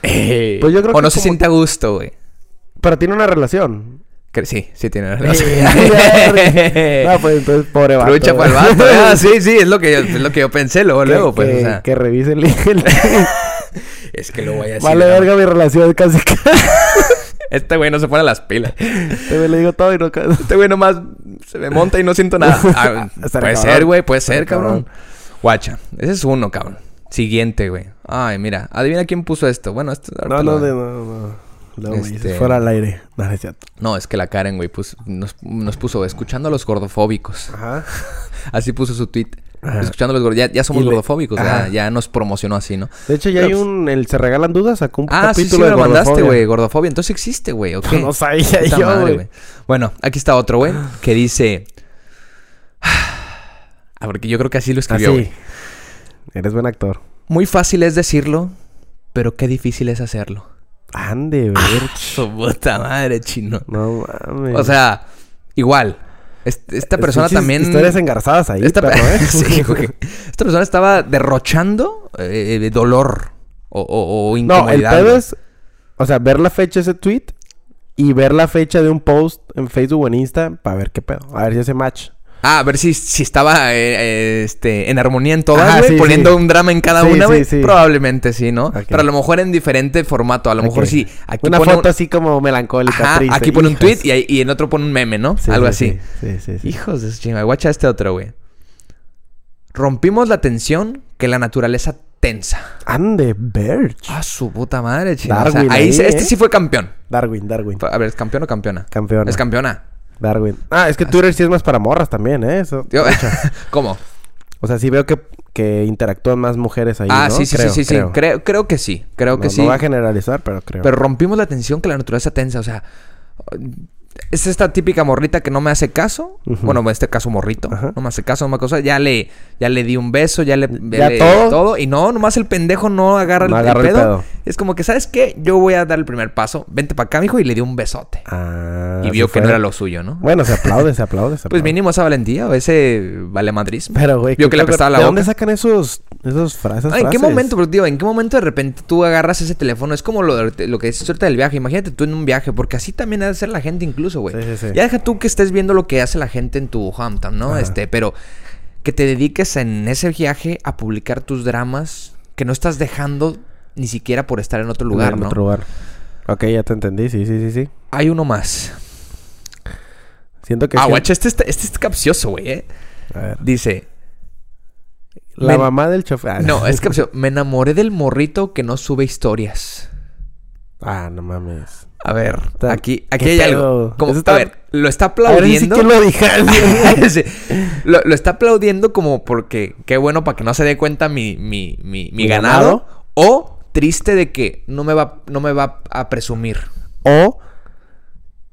Speaker 1: pues
Speaker 2: Pues
Speaker 1: yo
Speaker 2: yo creo
Speaker 1: o
Speaker 2: que
Speaker 1: no se
Speaker 2: como-
Speaker 1: siente a gusto, güey.
Speaker 2: Pero tiene
Speaker 1: (laughs)
Speaker 2: una relación. (laughs)
Speaker 1: Que- Sí, sí tiene
Speaker 2: no,
Speaker 1: (laughs) razón.
Speaker 2: pues entonces, pobre vato.
Speaker 1: Trucha
Speaker 2: güey.
Speaker 1: para el vato.
Speaker 2: (laughs)
Speaker 1: Ah, sí, sí, es lo que yo, es lo que yo pensé luego,
Speaker 2: Que-
Speaker 1: luego, pues.
Speaker 2: que,
Speaker 1: o sea,
Speaker 2: que
Speaker 1: (laughs)
Speaker 2: revise el... (laughs) el-
Speaker 1: es que lo voy a decir.
Speaker 2: vale
Speaker 1: ¿no?
Speaker 2: verga mi relación casi. casi.
Speaker 1: Este güey no se pone las pilas.
Speaker 2: (laughs) Te le digo todo y no...
Speaker 1: Este güey nomás se me monta y no siento nada. (laughs)
Speaker 2: (laughs)
Speaker 1: Ah,
Speaker 2: Estaría
Speaker 1: puede
Speaker 2: cabrón.
Speaker 1: ser, güey, puede ser,
Speaker 2: Estaría
Speaker 1: cabrón. Guacha, ese es uno, cabrón. Siguiente, güey. Ay, mira, adivina quién puso esto. Bueno, esto. ahorita
Speaker 2: No, no,
Speaker 1: lo-
Speaker 2: de- no, no. Luego me dices,
Speaker 1: Este-
Speaker 2: fuera al aire. No, no es cierto.
Speaker 1: No, es que la Karen, güey, pus- nos, nos puso escuchando a los
Speaker 2: (laughs)
Speaker 1: gordofóbicos.
Speaker 2: Ajá.
Speaker 1: Así puso su tweet.
Speaker 2: Ajá.
Speaker 1: Escuchando a los gordofóbicos. Ya, ya somos
Speaker 2: Y le-
Speaker 1: gordofóbicos, ya,
Speaker 2: Ajá.
Speaker 1: ya nos promocionó así, ¿no?
Speaker 2: De hecho, ya
Speaker 1: Pero, pues-
Speaker 2: hay un... El Se Regalan Dudas sacó un
Speaker 1: Ah, sí, sí,
Speaker 2: capítulo
Speaker 1: me
Speaker 2: de
Speaker 1: lo mandaste,
Speaker 2: gordofobia.
Speaker 1: güey. Gordofobia. Entonces existe, güey,
Speaker 2: (laughs)
Speaker 1: ¿ok?
Speaker 2: No sabía
Speaker 1: Puta
Speaker 2: yo,
Speaker 1: madre,
Speaker 2: güey.
Speaker 1: güey. Bueno, aquí está otro, güey, que dice... (sighs) Ah, porque yo creo que así lo escribió, güey.
Speaker 2: Así. Eres buen actor.
Speaker 1: Muy fácil es decirlo, pero qué difícil es hacerlo.
Speaker 2: Ande, güey.
Speaker 1: Su puta madre, chino.
Speaker 2: No mames.
Speaker 1: Ah. O sea, igual. est- Esta
Speaker 2: Es
Speaker 1: persona
Speaker 2: pinches
Speaker 1: también.
Speaker 2: Historias engarzadas ahí,
Speaker 1: esta, (laughs)
Speaker 2: perro, ¿eh?
Speaker 1: Sí,
Speaker 2: (laughs)
Speaker 1: güey. Esta persona estaba derrochando eh, eh, dolor o, o, o
Speaker 2: No, el
Speaker 1: incomodidad.
Speaker 2: pedo
Speaker 1: güey.
Speaker 2: es... O sea, ver la fecha de ese tweet y ver la fecha de un post en Facebook o en Insta para ver qué pedo. A ver si hace match.
Speaker 1: Ah, a ver si, si estaba eh, eh, este, en armonía en todas,
Speaker 2: Ajá,
Speaker 1: güey.
Speaker 2: sí,
Speaker 1: poniendo
Speaker 2: sí.
Speaker 1: un drama en cada
Speaker 2: Sí,
Speaker 1: una,
Speaker 2: sí,
Speaker 1: güey.
Speaker 2: sí.
Speaker 1: Probablemente sí, ¿no?
Speaker 2: Ok.
Speaker 1: Pero a lo mejor en diferente formato. A lo mejor
Speaker 2: Ok.
Speaker 1: sí. Aquí
Speaker 2: Una
Speaker 1: pone un-
Speaker 2: foto así como melancólica,
Speaker 1: Ajá,
Speaker 2: triste.
Speaker 1: aquí pone un
Speaker 2: Hijas.
Speaker 1: tweet y, ahí- y en otro pone un meme, ¿no?
Speaker 2: Sí,
Speaker 1: Algo
Speaker 2: sí,
Speaker 1: así.
Speaker 2: Sí, sí, sí. sí.
Speaker 1: Hijos de su chingada. Guacha este otro, güey. Rompimos la tensión que la naturaleza tensa.
Speaker 2: Ande, Birch.
Speaker 1: Ah, su puta madre, chingada. O sea,
Speaker 2: Darwin
Speaker 1: ahí
Speaker 2: ahí,
Speaker 1: se- este
Speaker 2: ¿eh?
Speaker 1: sí fue campeón.
Speaker 2: Darwin, Darwin.
Speaker 1: A ver, ¿es campeón o campeona?
Speaker 2: Campeona.
Speaker 1: Es campeona.
Speaker 2: Darwin. Ah, es que Twitter sí es más para morras también, ¿eh? Eso.
Speaker 1: Yo- (laughs) ¿Cómo?
Speaker 2: O sea, sí veo que, que interactúan más mujeres ahí,
Speaker 1: ah,
Speaker 2: ¿no?
Speaker 1: sí, sí,
Speaker 2: Creo,
Speaker 1: sí, sí,
Speaker 2: creo.
Speaker 1: sí. Creo, creo que sí. Creo
Speaker 2: no,
Speaker 1: que
Speaker 2: no
Speaker 1: sí.
Speaker 2: va a generalizar, pero creo.
Speaker 1: Pero rompimos la tensión que la naturaleza tensa. O sea, es esta típica morrita que no me hace caso. Bueno, en este caso morrito.
Speaker 2: Ajá.
Speaker 1: No me hace caso, no me hace cosa. Ya le, ya le di un beso, ya le,
Speaker 2: Ya
Speaker 1: le-
Speaker 2: todo.
Speaker 1: Y no, nomás el pendejo no agarra,
Speaker 2: No
Speaker 1: el, el
Speaker 2: agarra el
Speaker 1: pedo.
Speaker 2: pedo.
Speaker 1: Es como que, ¿sabes qué? Yo voy a dar el primer paso. Vente para acá, mijo, y le di un besote.
Speaker 2: Ah,
Speaker 1: y vio
Speaker 2: sí
Speaker 1: que no
Speaker 2: fue.
Speaker 1: era lo suyo, ¿no?
Speaker 2: Bueno, se aplaude, se aplaude, se
Speaker 1: pues
Speaker 2: aplaude.
Speaker 1: mínimo esa valentía o ese valemadrismo.
Speaker 2: Pero, güey.
Speaker 1: Vio
Speaker 2: qué
Speaker 1: que le
Speaker 2: pedo,
Speaker 1: prestaba la
Speaker 2: ¿De
Speaker 1: boca.
Speaker 2: dónde sacan esos, esos frases?
Speaker 1: Ah, ¿En qué momento, bro, tío? ¿En qué momento de repente tú agarras ese teléfono? Es como lo, de- lo que dices ahorita del viaje. Imagínate tú en un viaje, porque así también ha de ser la gente incluso, güey.
Speaker 2: Sí, sí, sí.
Speaker 1: Ya deja tú que estés viendo lo que hace la gente en tu Hampton, ¿no?
Speaker 2: Ajá.
Speaker 1: Este, pero que te dediques en ese viaje a publicar tus dramas que no estás dejando ni siquiera por estar en otro lugar,
Speaker 2: En
Speaker 1: ¿no?
Speaker 2: otro lugar. Ok, ya te entendí. Sí, sí, sí, sí.
Speaker 1: Hay uno más.
Speaker 2: Siento que...
Speaker 1: Ah,
Speaker 2: sí-
Speaker 1: guacha, este, está- este es capcioso, güey, ¿eh?
Speaker 2: A ver.
Speaker 1: Dice...
Speaker 2: La
Speaker 1: "Me-
Speaker 2: mamá del chofer. Ah,
Speaker 1: No, es capcioso. Me enamoré del morrito que no sube historias.
Speaker 2: (laughs) Ah, no mames.
Speaker 1: A ver,
Speaker 2: Está-
Speaker 1: aquí,
Speaker 2: ¿qué
Speaker 1: aquí hay
Speaker 2: pedo?
Speaker 1: algo. Como,
Speaker 2: Eso está-
Speaker 1: A ver, lo está
Speaker 2: A ver, sí
Speaker 1: aplaudiendo.
Speaker 2: que lo dije.
Speaker 1: (laughs) Sí. lo, lo está aplaudiendo como porque qué bueno para que no se dé cuenta mi, mi, mi, mi
Speaker 2: Mi
Speaker 1: ganado.
Speaker 2: ganado.
Speaker 1: O triste de que no me va, no me va a presumir.
Speaker 2: (laughs) O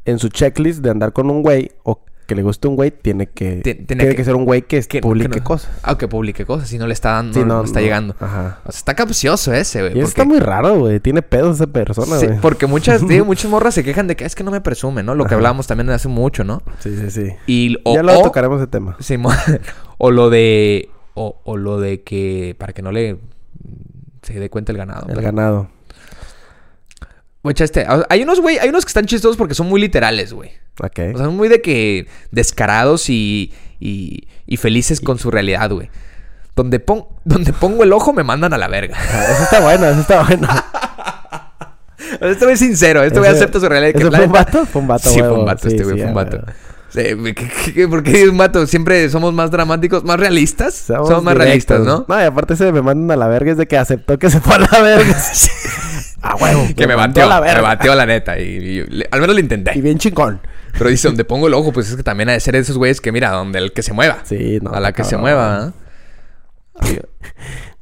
Speaker 2: en su checklist de andar con un güey o que le guste un güey, tiene que,
Speaker 1: Ti- tiene
Speaker 2: tiene
Speaker 1: que-
Speaker 2: que, ser un güey que,
Speaker 1: Que,
Speaker 2: publique
Speaker 1: que no-
Speaker 2: cosas.
Speaker 1: Ah, que publique cosas. Si no le está dando,
Speaker 2: Sí,
Speaker 1: no,
Speaker 2: no,
Speaker 1: no está
Speaker 2: no.
Speaker 1: llegando.
Speaker 2: Ajá.
Speaker 1: O sea, está capcioso ese, güey.
Speaker 2: Y eso
Speaker 1: porque-
Speaker 2: está muy raro, güey. Tiene pedos esa persona,
Speaker 1: sí,
Speaker 2: güey.
Speaker 1: porque muchas,
Speaker 2: (laughs)
Speaker 1: digo, muchas morras se quejan de que "Ah, es que no me presume, ¿no? Lo que
Speaker 2: Ajá.
Speaker 1: hablábamos también hace mucho, ¿no?
Speaker 2: Sí, sí, sí.
Speaker 1: Y, o,
Speaker 2: ya lo
Speaker 1: o- (laughs)
Speaker 2: tocaremos ese tema.
Speaker 1: Simón. o lo de O, o lo de que para que no le se dé cuenta el ganado.
Speaker 2: El ganado.
Speaker 1: Güey, este, hay unos, güey, hay unos que están chistosos porque son muy literales, güey.
Speaker 2: Ok.
Speaker 1: O sea, son muy de que descarados y, y, y felices con su realidad, güey. Donde, pon- donde pongo el ojo me mandan a la
Speaker 2: (laughs)
Speaker 1: verga.
Speaker 2: (laughs) Ah, eso está bueno, eso está
Speaker 1: (laughs)
Speaker 2: bueno.
Speaker 1: Este güey es sincero, este güey
Speaker 2: Ese-
Speaker 1: acepta su realidad. que
Speaker 2: ¿ese
Speaker 1: la
Speaker 2: fue un
Speaker 1: neta-
Speaker 2: vato? Fue un vato,
Speaker 1: Sí,
Speaker 2: huevo.
Speaker 1: fue un vato,
Speaker 2: Sí,
Speaker 1: este güey
Speaker 2: sí,
Speaker 1: fue un
Speaker 2: a
Speaker 1: vato.
Speaker 2: huevo.
Speaker 1: Sí, (laughs) güey, ¿qué- qué- qué- ¿Por qué es un vato? Siempre somos más dramáticos, más realistas.
Speaker 2: Somos
Speaker 1: somos más
Speaker 2: directos.
Speaker 1: realistas, ¿no?
Speaker 2: No, y aparte se me mandan a la verga es de que aceptó que se fue a la
Speaker 1: (laughs)
Speaker 2: verga. a huevo. (laughs)
Speaker 1: Que me
Speaker 2: mandó a
Speaker 1: bateó,
Speaker 2: la
Speaker 1: me
Speaker 2: verga.
Speaker 1: bateó la neta. Y, y yo- le- al menos lo
Speaker 2: Y
Speaker 1: intenté.
Speaker 2: bien chingón.
Speaker 1: Pero dice,
Speaker 2: (laughs)
Speaker 1: donde pongo el ojo, pues es que también ha de ser de esos güeyes que mira, donde el que se mueva.
Speaker 2: Sí, no.
Speaker 1: a la que se
Speaker 2: cabrón.
Speaker 1: mueva. ¿eh?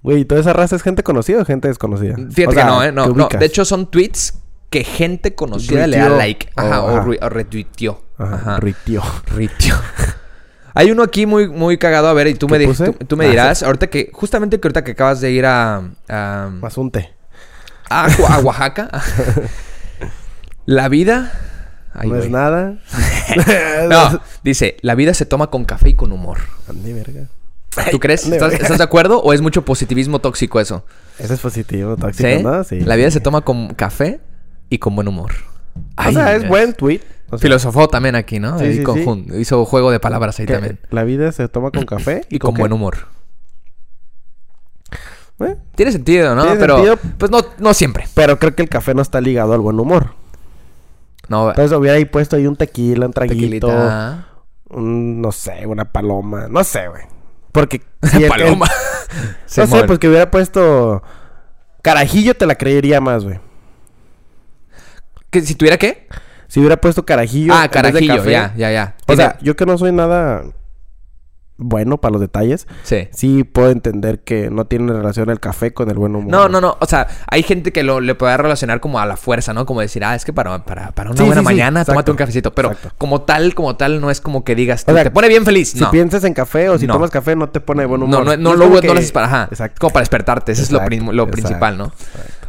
Speaker 2: Güey, ¿y toda esa raza es gente conocida o gente desconocida?
Speaker 1: Fíjate
Speaker 2: O sea,
Speaker 1: que no, ¿eh? No,
Speaker 2: que
Speaker 1: no.
Speaker 2: ubicas.
Speaker 1: De hecho, son tweets que gente conocida le da
Speaker 2: Tuiteó.
Speaker 1: like. Ajá,
Speaker 2: Oh,
Speaker 1: o,
Speaker 2: ajá.
Speaker 1: re- o retuiteó.
Speaker 2: Ajá,
Speaker 1: Ajá.
Speaker 2: Ritio. (laughs)
Speaker 1: Ritio. Hay uno aquí muy, muy cagado. A ver, y tú
Speaker 2: ¿Qué
Speaker 1: me, di-
Speaker 2: puse?
Speaker 1: tú, tú me
Speaker 2: Ah,
Speaker 1: dirás, ahorita que, justamente que ahorita que acabas de ir a, a,
Speaker 2: Mazunte.
Speaker 1: a Oa- a
Speaker 2: (laughs)
Speaker 1: Oaxaca, la vida... Ay,
Speaker 2: no es
Speaker 1: güey.
Speaker 2: nada.
Speaker 1: (laughs)
Speaker 2: (laughs)
Speaker 1: No, dice, la vida se toma con café y con humor.
Speaker 2: Ande, verga.
Speaker 1: ¿Tú crees?
Speaker 2: ande,
Speaker 1: ¿Estás,
Speaker 2: verga.
Speaker 1: estás de acuerdo o es mucho positivismo tóxico eso?
Speaker 2: Ese es positivo, tóxico,
Speaker 1: ¿Sí?
Speaker 2: ¿no? Sí.
Speaker 1: La vida se toma con café y con buen humor.
Speaker 2: o sea, es
Speaker 1: Dios.
Speaker 2: buen tweet. O sea,
Speaker 1: Filosofó también aquí, ¿no?
Speaker 2: Sí,
Speaker 1: Ahí
Speaker 2: sí,
Speaker 1: conjun- Hizo juego de palabras ahí
Speaker 2: que
Speaker 1: también.
Speaker 2: La vida se toma con café
Speaker 1: Y con
Speaker 2: qué?
Speaker 1: buen humor.
Speaker 2: Eh,
Speaker 1: Tiene sentido, ¿no?
Speaker 2: Tiene
Speaker 1: Pero,
Speaker 2: sentido.
Speaker 1: pues no, no siempre.
Speaker 2: Pero creo que el café no está ligado al buen humor.
Speaker 1: No,
Speaker 2: Entonces hubiera ahí puesto ahí un tequila, un traguito,
Speaker 1: tequilita.
Speaker 2: un, no sé, una paloma, no sé, güey.
Speaker 1: (laughs)
Speaker 2: Porque si el- el-
Speaker 1: Paloma. (laughs)
Speaker 2: no
Speaker 1: Simón.
Speaker 2: sé, pues que hubiera puesto carajillo te la creería más, güey.
Speaker 1: ¿Que si tuviera qué?
Speaker 2: Si hubiera puesto carajillo,
Speaker 1: ah,
Speaker 2: en vez de
Speaker 1: carajillo,
Speaker 2: café,
Speaker 1: ya, ya, ya.
Speaker 2: O
Speaker 1: Tiene-
Speaker 2: sea, yo que no soy nada bueno para los detalles,
Speaker 1: sí.
Speaker 2: sí puedo entender que no tiene relación el café con el buen humor.
Speaker 1: No, no, no. O sea, hay gente que lo, le puede relacionar como a la fuerza, ¿no? Como decir, ah, es que para, para, para una
Speaker 2: Sí,
Speaker 1: buena
Speaker 2: sí, sí.
Speaker 1: mañana,
Speaker 2: Exacto.
Speaker 1: tómate un cafecito. Pero
Speaker 2: Exacto.
Speaker 1: como tal, como tal, no es como que digas,
Speaker 2: O sea,
Speaker 1: te pone bien feliz.
Speaker 2: Si
Speaker 1: No.
Speaker 2: piensas en café o si
Speaker 1: No.
Speaker 2: tomas café no te pone de buen
Speaker 1: No, no,
Speaker 2: humor.
Speaker 1: no,
Speaker 2: es
Speaker 1: lo,
Speaker 2: como
Speaker 1: no
Speaker 2: que-
Speaker 1: lo haces para... Ajá.
Speaker 2: Exacto.
Speaker 1: Como para despertarte. Eso
Speaker 2: Exacto,
Speaker 1: es lo, prim- lo
Speaker 2: exacto,
Speaker 1: principal, ¿no?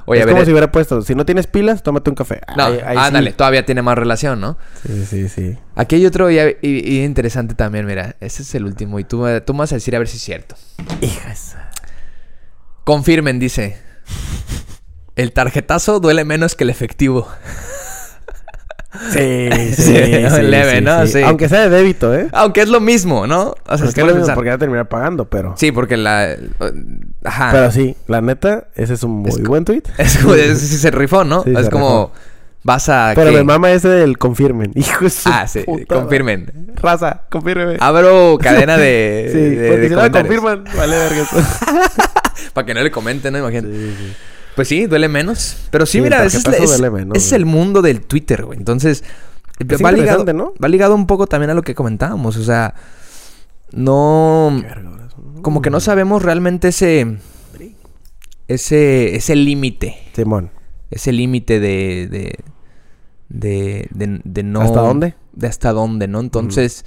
Speaker 1: Oye,
Speaker 2: es
Speaker 1: a ver...
Speaker 2: como
Speaker 1: eh,
Speaker 2: si hubiera puesto, si no tienes pilas, tómate un café.
Speaker 1: No,
Speaker 2: Ahí- ahí sí.
Speaker 1: ándale. Todavía tiene más relación, ¿no?
Speaker 2: Sí, sí, sí.
Speaker 1: Aquí hay otro y, y- y interesante también, mira. Este es el último y tú, me- tú me vas a decir a ver si es cierto.
Speaker 2: Hijas.
Speaker 1: Confirmen, dice. El tarjetazo duele menos que el efectivo. (laughs)
Speaker 2: Sí, sí,
Speaker 1: (laughs) Sí, leve, ¿no? Sí.
Speaker 2: Aunque sea de débito, ¿eh?
Speaker 1: Aunque es lo mismo, ¿no? O sea,
Speaker 2: Porque
Speaker 1: si te pones a pensar.
Speaker 2: porque ya terminar pagando, pero...
Speaker 1: Sí, porque la... eh, Ajá. (laughs)
Speaker 2: Pero sí, la neta, ese es un muy
Speaker 1: Es co-
Speaker 2: buen tweet.
Speaker 1: (laughs) Es como... es- se rifó, ¿no?
Speaker 2: Sí,
Speaker 1: es
Speaker 2: se
Speaker 1: como... Vas a...
Speaker 2: (laughs) Pero
Speaker 1: ¿qué?
Speaker 2: me mama ese del confirmen. (laughs) Hijo de su
Speaker 1: Ah, sí.
Speaker 2: puta
Speaker 1: Confirmen.
Speaker 2: madre. Raza, confírmeme.
Speaker 1: Abro cadena de...
Speaker 2: (laughs) sí,
Speaker 1: de- de
Speaker 2: porque si no me
Speaker 1: comentarios.
Speaker 2: confirman, vale
Speaker 1: (laughs)
Speaker 2: verga. eso.
Speaker 1: Para que no le comenten, ¿no? Imagínate.
Speaker 2: sí, sí.
Speaker 1: Pues sí, duele menos. Pero sí,
Speaker 2: Sí, el
Speaker 1: mira, ese es, la-
Speaker 2: tarjetazo
Speaker 1: es-
Speaker 2: duele menos,
Speaker 1: ese es
Speaker 2: güey.
Speaker 1: el mundo del Twitter, güey. Entonces,
Speaker 2: Es
Speaker 1: va, ligado,
Speaker 2: interesante, ¿no?
Speaker 1: va ligado un poco también a lo que comentábamos. O sea, no. Como que no sabemos realmente ese. Ese. Ese límite.
Speaker 2: Simón.
Speaker 1: Ese límite de. de de, de- de no...
Speaker 2: ¿Hasta dónde?
Speaker 1: De hasta dónde, ¿no? Entonces...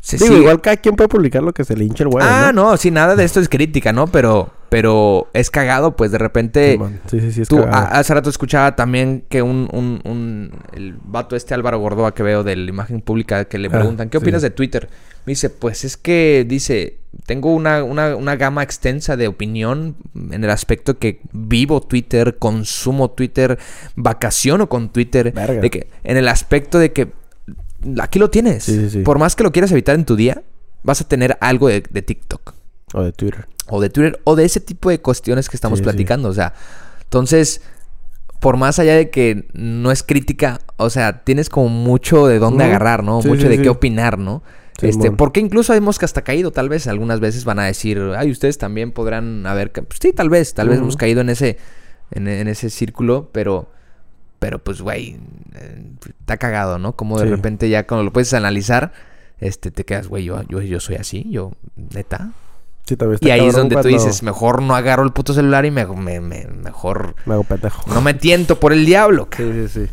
Speaker 1: se
Speaker 2: Digo,
Speaker 1: sigue-
Speaker 2: igual cada quien puede publicar lo que se le hinche el huevo,
Speaker 1: ah, ¿no? sí, nada de esto es crítica, ¿no? Pero... Pero es cagado, pues, de repente...
Speaker 2: Simón. Sí, sí, sí, es
Speaker 1: Tú,
Speaker 2: cagado.
Speaker 1: a- hace rato escuchaba también que un, un, un- el vato este Álvaro Gordoa que veo de la imagen pública que le
Speaker 2: Ah,
Speaker 1: preguntan, ¿qué
Speaker 2: sí.
Speaker 1: opinas de Twitter? Me dice, pues es que dice, tengo una, una, una gama extensa de opinión en el aspecto que vivo Twitter, consumo Twitter, vacaciono con Twitter,
Speaker 2: Verga.
Speaker 1: de que, en el aspecto de que aquí lo tienes.
Speaker 2: Sí, sí, sí.
Speaker 1: Por más que lo quieras evitar en tu día, vas a tener algo de- de TikTok
Speaker 2: O de Twitter.
Speaker 1: o de Twitter o de ese tipo de cuestiones que estamos
Speaker 2: Sí, sí.
Speaker 1: platicando. O sea, entonces, por más allá de que no es crítica, o sea, tienes como mucho de dónde
Speaker 2: Ujú.
Speaker 1: agarrar, ¿no?
Speaker 2: Sí,
Speaker 1: mucho
Speaker 2: sí,
Speaker 1: de
Speaker 2: sí.
Speaker 1: qué opinar, ¿no?
Speaker 2: Sí,
Speaker 1: este,
Speaker 2: mon.
Speaker 1: porque incluso hemos que hasta caído, tal vez algunas veces van a decir, ay, ustedes también podrán haber, ca-". Pues sí, tal vez, tal vez
Speaker 2: Ujú.
Speaker 1: hemos caído en ese, en, en ese círculo, pero, pero pues, güey, eh, está cagado, ¿no? Como de
Speaker 2: Sí.
Speaker 1: repente ya cuando lo puedes analizar, este, te quedas, güey, yo, yo, yo soy así, yo, neta,
Speaker 2: Sí, también está
Speaker 1: y ahí es
Speaker 2: cabrón
Speaker 1: donde tú
Speaker 2: cuando
Speaker 1: dices, mejor no agarro el puto celular y me, me- me- mejor
Speaker 2: Me hago pendejo.
Speaker 1: no me tiento por el diablo. ca-
Speaker 2: Sí, sí, sí.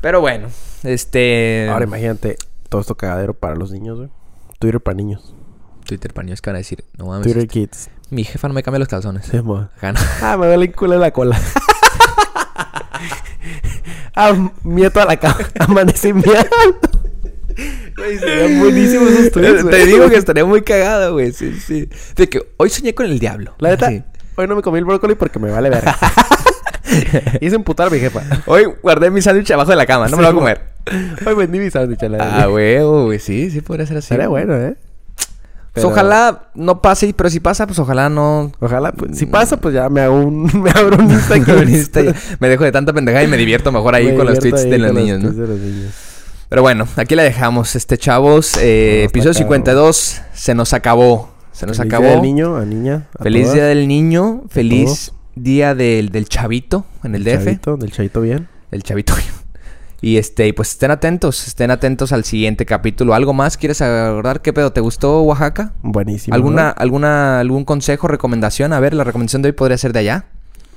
Speaker 1: Pero bueno, este...
Speaker 2: Ahora imagínate todo esto cagadero para los niños, güey. Twitter para niños.
Speaker 1: Twitter para niños que van a decir, no mames,
Speaker 2: Twitter Kids.
Speaker 1: mi jefa no me cambia los calzones.
Speaker 2: Sí, mo.
Speaker 1: Acá no.
Speaker 2: Ah, me duele el culo de la cola. (laughs) (laughs) ah, miedo a la cama. Amanecí miedo. Güey, serían buenísimos esos tweets, güey.
Speaker 1: Te digo que estaría muy cagada, güey. Sí, sí. De que hoy soñé con el diablo.
Speaker 2: La neta,
Speaker 1: Sí.
Speaker 2: hoy no me comí el brócoli porque me vale
Speaker 1: (laughs)
Speaker 2: verga. Hice emputar a mi jefa.
Speaker 1: Hoy guardé mi sándwich abajo de la cama. No me lo voy a comer.
Speaker 2: Hoy vendí mi sándwich a la
Speaker 1: Ah,
Speaker 2: verga.
Speaker 1: güey, güey. Sí, sí podría ser así.
Speaker 2: Sería bueno, ¿eh?
Speaker 1: Pues
Speaker 2: Pero-
Speaker 1: Ojalá no pase, pero si pasa, pues ojalá no...
Speaker 2: Ojalá, pues, si pasa, pues ya me hago un... (laughs) Me
Speaker 1: (laughs)
Speaker 2: abro un
Speaker 1: Con
Speaker 2: (laughs)
Speaker 1: Mm.
Speaker 2: Instagram.
Speaker 1: Insta ya- me dejo de tanta pendejada y me divierto mejor ahí
Speaker 2: Me
Speaker 1: con los
Speaker 2: divierto
Speaker 1: tweets
Speaker 2: ahí
Speaker 1: de los
Speaker 2: con
Speaker 1: niños, ¿no?
Speaker 2: tweets de los niños.
Speaker 1: Pero bueno, aquí la dejamos, este chavos. Eh,
Speaker 2: No, hasta
Speaker 1: episodio
Speaker 2: acá,
Speaker 1: 52, se nos acabó. Se nos
Speaker 2: Feliz
Speaker 1: acabó.
Speaker 2: Día del niño, a niña. a
Speaker 1: feliz
Speaker 2: todas,
Speaker 1: día del niño, feliz
Speaker 2: todos.
Speaker 1: día del, del chavito en el
Speaker 2: del
Speaker 1: DF.
Speaker 2: chavito, del chavito bien.
Speaker 1: El chavito. (laughs) Y este, y pues estén atentos, estén atentos al siguiente capítulo. ¿Algo más quieres agordar? ¿Qué pedo? ¿Te gustó Oaxaca?
Speaker 2: Buenísimo.
Speaker 1: ¿Alguna,
Speaker 2: ¿no?
Speaker 1: alguna, algún consejo, recomendación? A ver, la recomendación de hoy podría ser de allá.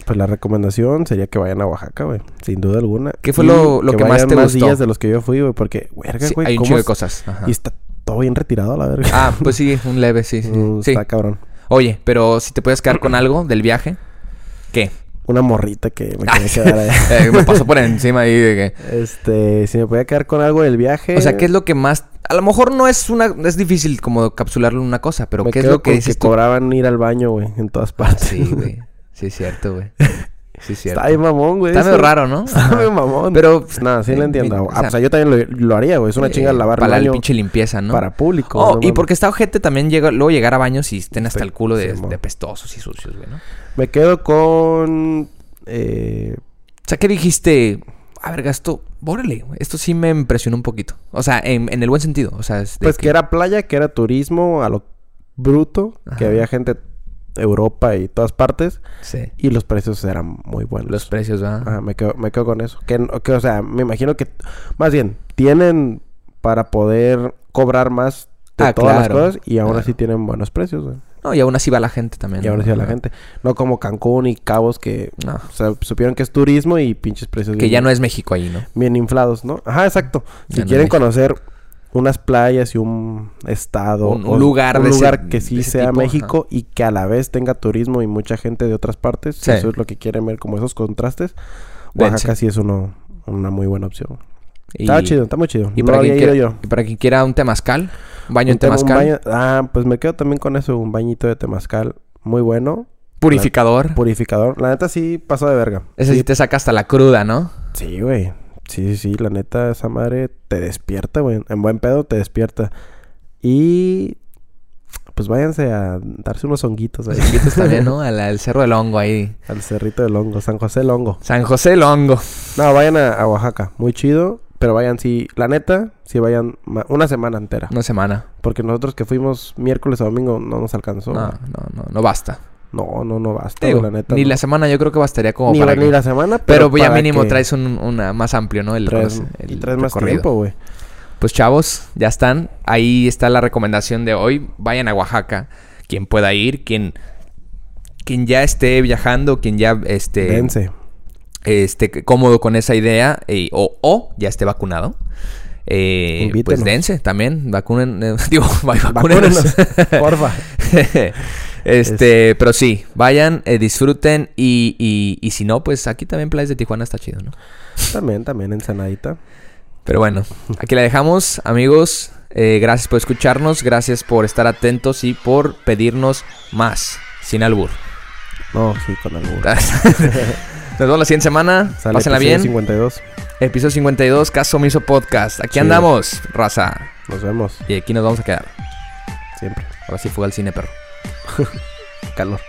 Speaker 2: Pues la recomendación sería que vayan a Oaxaca, güey. Sin duda alguna.
Speaker 1: ¿Qué fue
Speaker 2: Y
Speaker 1: lo- lo que más
Speaker 2: vayan
Speaker 1: te
Speaker 2: más
Speaker 1: gustó?
Speaker 2: días de los que yo fui, güey. Porque, verga,
Speaker 1: Sí,
Speaker 2: güey.
Speaker 1: hay un
Speaker 2: cómo
Speaker 1: chingo de
Speaker 2: es-
Speaker 1: cosas. Ajá.
Speaker 2: Y está todo bien retirado, la verga.
Speaker 1: Ah, pues sí, un leve, sí. sí,
Speaker 2: (laughs) Mm,
Speaker 1: sí.
Speaker 2: Está cabrón.
Speaker 1: Oye, pero si te puedes quedar con algo del viaje, ¿qué?
Speaker 2: Una morrita que
Speaker 1: (laughs)
Speaker 2: me quería quedar allá.
Speaker 1: Eh, me pasó por encima ahí de
Speaker 2: Este, si me podía quedar con algo del viaje.
Speaker 1: que. O sea, ¿qué es lo que más? A lo mejor no es una, es difícil como capsularlo en una cosa, pero
Speaker 2: me
Speaker 1: ¿qué es
Speaker 2: quedo
Speaker 1: lo que
Speaker 2: con
Speaker 1: dices tú?
Speaker 2: cobraban ir al baño, güey, en todas partes.
Speaker 1: Sí, güey. Sí, es cierto, güey. Sí, es cierto.
Speaker 2: (laughs) Está bien mamón, güey.
Speaker 1: Está
Speaker 2: eso.
Speaker 1: medio raro, ¿no?
Speaker 2: Está
Speaker 1: Ajá.
Speaker 2: medio mamón.
Speaker 1: Pero,
Speaker 2: Pues nada, sí
Speaker 1: eh,
Speaker 2: lo entiendo.
Speaker 1: mi-
Speaker 2: Ah,
Speaker 1: o sea,
Speaker 2: pues, yo también lo, lo haría, güey. Es una chinga
Speaker 1: Eh,
Speaker 2: lavar el
Speaker 1: Para la
Speaker 2: baño.
Speaker 1: pinche limpieza, ¿no?
Speaker 2: Para público.
Speaker 1: Oh,
Speaker 2: no
Speaker 1: y
Speaker 2: mames.
Speaker 1: porque está ojete también llega, luego llegar a baños y estén hasta el culo de,
Speaker 2: Sí, mo.
Speaker 1: de pestosos y sucios, güey, ¿no? O
Speaker 2: Me quedo con. Eh,
Speaker 1: sea, ¿qué dijiste? A ver, gasto, órale, esto sí me impresionó un poquito. O sea, en, en el buen sentido. O sea, es de
Speaker 2: pues que... era playa, que era turismo a lo bruto.
Speaker 1: Ajá.
Speaker 2: Que había gente de Europa y todas partes.
Speaker 1: Sí.
Speaker 2: Y los precios eran muy buenos.
Speaker 1: Los precios, ¿verdad?
Speaker 2: Ajá, me quedo, me quedo con eso. Que, no- que, o sea, me imagino que. Más bien, tienen para poder cobrar más de
Speaker 1: Ah,
Speaker 2: todas
Speaker 1: claro,
Speaker 2: las cosas. Y aún
Speaker 1: claro.
Speaker 2: así tienen buenos precios, güey.
Speaker 1: No, y aún así va la gente también.
Speaker 2: Y ahora sí a la
Speaker 1: Ajá.
Speaker 2: gente. No como Cancún y Cabos que
Speaker 1: No.
Speaker 2: o sea, supieron que es turismo y pinches precios
Speaker 1: Que
Speaker 2: bien-
Speaker 1: ya no es México ahí, ¿no?
Speaker 2: bien inflados, ¿no? Ajá, exacto.
Speaker 1: Ya
Speaker 2: si
Speaker 1: no
Speaker 2: quieren
Speaker 1: es.
Speaker 2: conocer unas playas y un estado
Speaker 1: Un- un lugar
Speaker 2: un
Speaker 1: de ese-
Speaker 2: lugar que sí
Speaker 1: de ese
Speaker 2: sea
Speaker 1: tipo,
Speaker 2: México y que a la vez tenga turismo y mucha gente de otras partes, si
Speaker 1: Sí.
Speaker 2: eso es lo que quieren ver como esos contrastes.
Speaker 1: Dense.
Speaker 2: Oaxaca sí es uno una muy buena opción.
Speaker 1: Y,
Speaker 2: Está chido, está muy chido.
Speaker 1: Y
Speaker 2: no
Speaker 1: para,
Speaker 2: había
Speaker 1: quien
Speaker 2: ido
Speaker 1: quiera,
Speaker 2: yo.
Speaker 1: y para quien quiera un temazcal, un baño
Speaker 2: Un
Speaker 1: en
Speaker 2: tema- un
Speaker 1: temazcal,
Speaker 2: baño- ah, pues me quedo también con eso, un bañito de temazcal muy bueno.
Speaker 1: purificador.
Speaker 2: Purificador. La neta sí pasó de verga.
Speaker 1: Ese sí te saca hasta la cruda,
Speaker 2: (laughs)
Speaker 1: ¿no?
Speaker 2: Sí, güey. Sí, sí, sí. La neta, esa madre te despierta, güey. En buen pedo te despierta. Y... Pues váyanse a darse unos honguitos
Speaker 1: (laughs)
Speaker 2: ahí.
Speaker 1: Chiquitos también, ¿no? Al, al Cerro del Hongo ahí.
Speaker 2: al Cerrito del Hongo. San José del Hongo.
Speaker 1: San José del Hongo.
Speaker 2: No, vayan a, a Oaxaca. Muy chido. Pero vayan, sí... La neta, sí vayan ma- una semana entera.
Speaker 1: Una semana.
Speaker 2: Porque nosotros que fuimos miércoles a domingo no nos alcanzó.
Speaker 1: No,
Speaker 2: güey.
Speaker 1: no, no, no basta.
Speaker 2: No, no, no basta,
Speaker 1: Digo,
Speaker 2: güey, la neta.
Speaker 1: ni
Speaker 2: no.
Speaker 1: la semana yo creo que bastaría como
Speaker 2: ni,
Speaker 1: para...
Speaker 2: la,
Speaker 1: que-
Speaker 2: ni la semana, pero...
Speaker 1: Pero ya
Speaker 2: para
Speaker 1: mínimo
Speaker 2: que
Speaker 1: traes un, una más amplio, ¿no? El,
Speaker 2: traes-
Speaker 1: el
Speaker 2: y traes más
Speaker 1: recorrido.
Speaker 2: tiempo, güey.
Speaker 1: Pues chavos, ya están. Ahí está la recomendación de hoy. Vayan a Oaxaca. Quien pueda ir, quien, quien ya esté viajando, quien ya esté,
Speaker 2: Dense.
Speaker 1: esté cómodo con esa idea eh, o, o ya esté vacunado. Eh, pues
Speaker 2: Invítenos.
Speaker 1: dense también, vacunen, (laughs) eh, digo, va-
Speaker 2: Vacúnenos,
Speaker 1: (laughs) vacúnenos.
Speaker 2: porfa.
Speaker 1: este, pero sí, vayan, eh, disfruten y, y, y si no, pues aquí también Playas de Tijuana está chido, ¿no?
Speaker 2: También, también ensanadita.
Speaker 1: Pero bueno, aquí la dejamos, amigos. Eh, gracias por escucharnos, gracias por estar atentos y por pedirnos más, sin albur. (laughs)
Speaker 2: No, sí, con algo.
Speaker 1: Nos vemos la siguiente semana.
Speaker 2: Sale
Speaker 1: Pásenla
Speaker 2: episodio
Speaker 1: bien.
Speaker 2: 52.
Speaker 1: Episodio 52, Caso Miso Podcast. Aquí
Speaker 2: Sí.
Speaker 1: andamos, raza.
Speaker 2: Nos vemos
Speaker 1: Y aquí nos vamos a quedar.
Speaker 2: siempre.
Speaker 1: Ahora sí fue al cine, perro.
Speaker 2: Calor.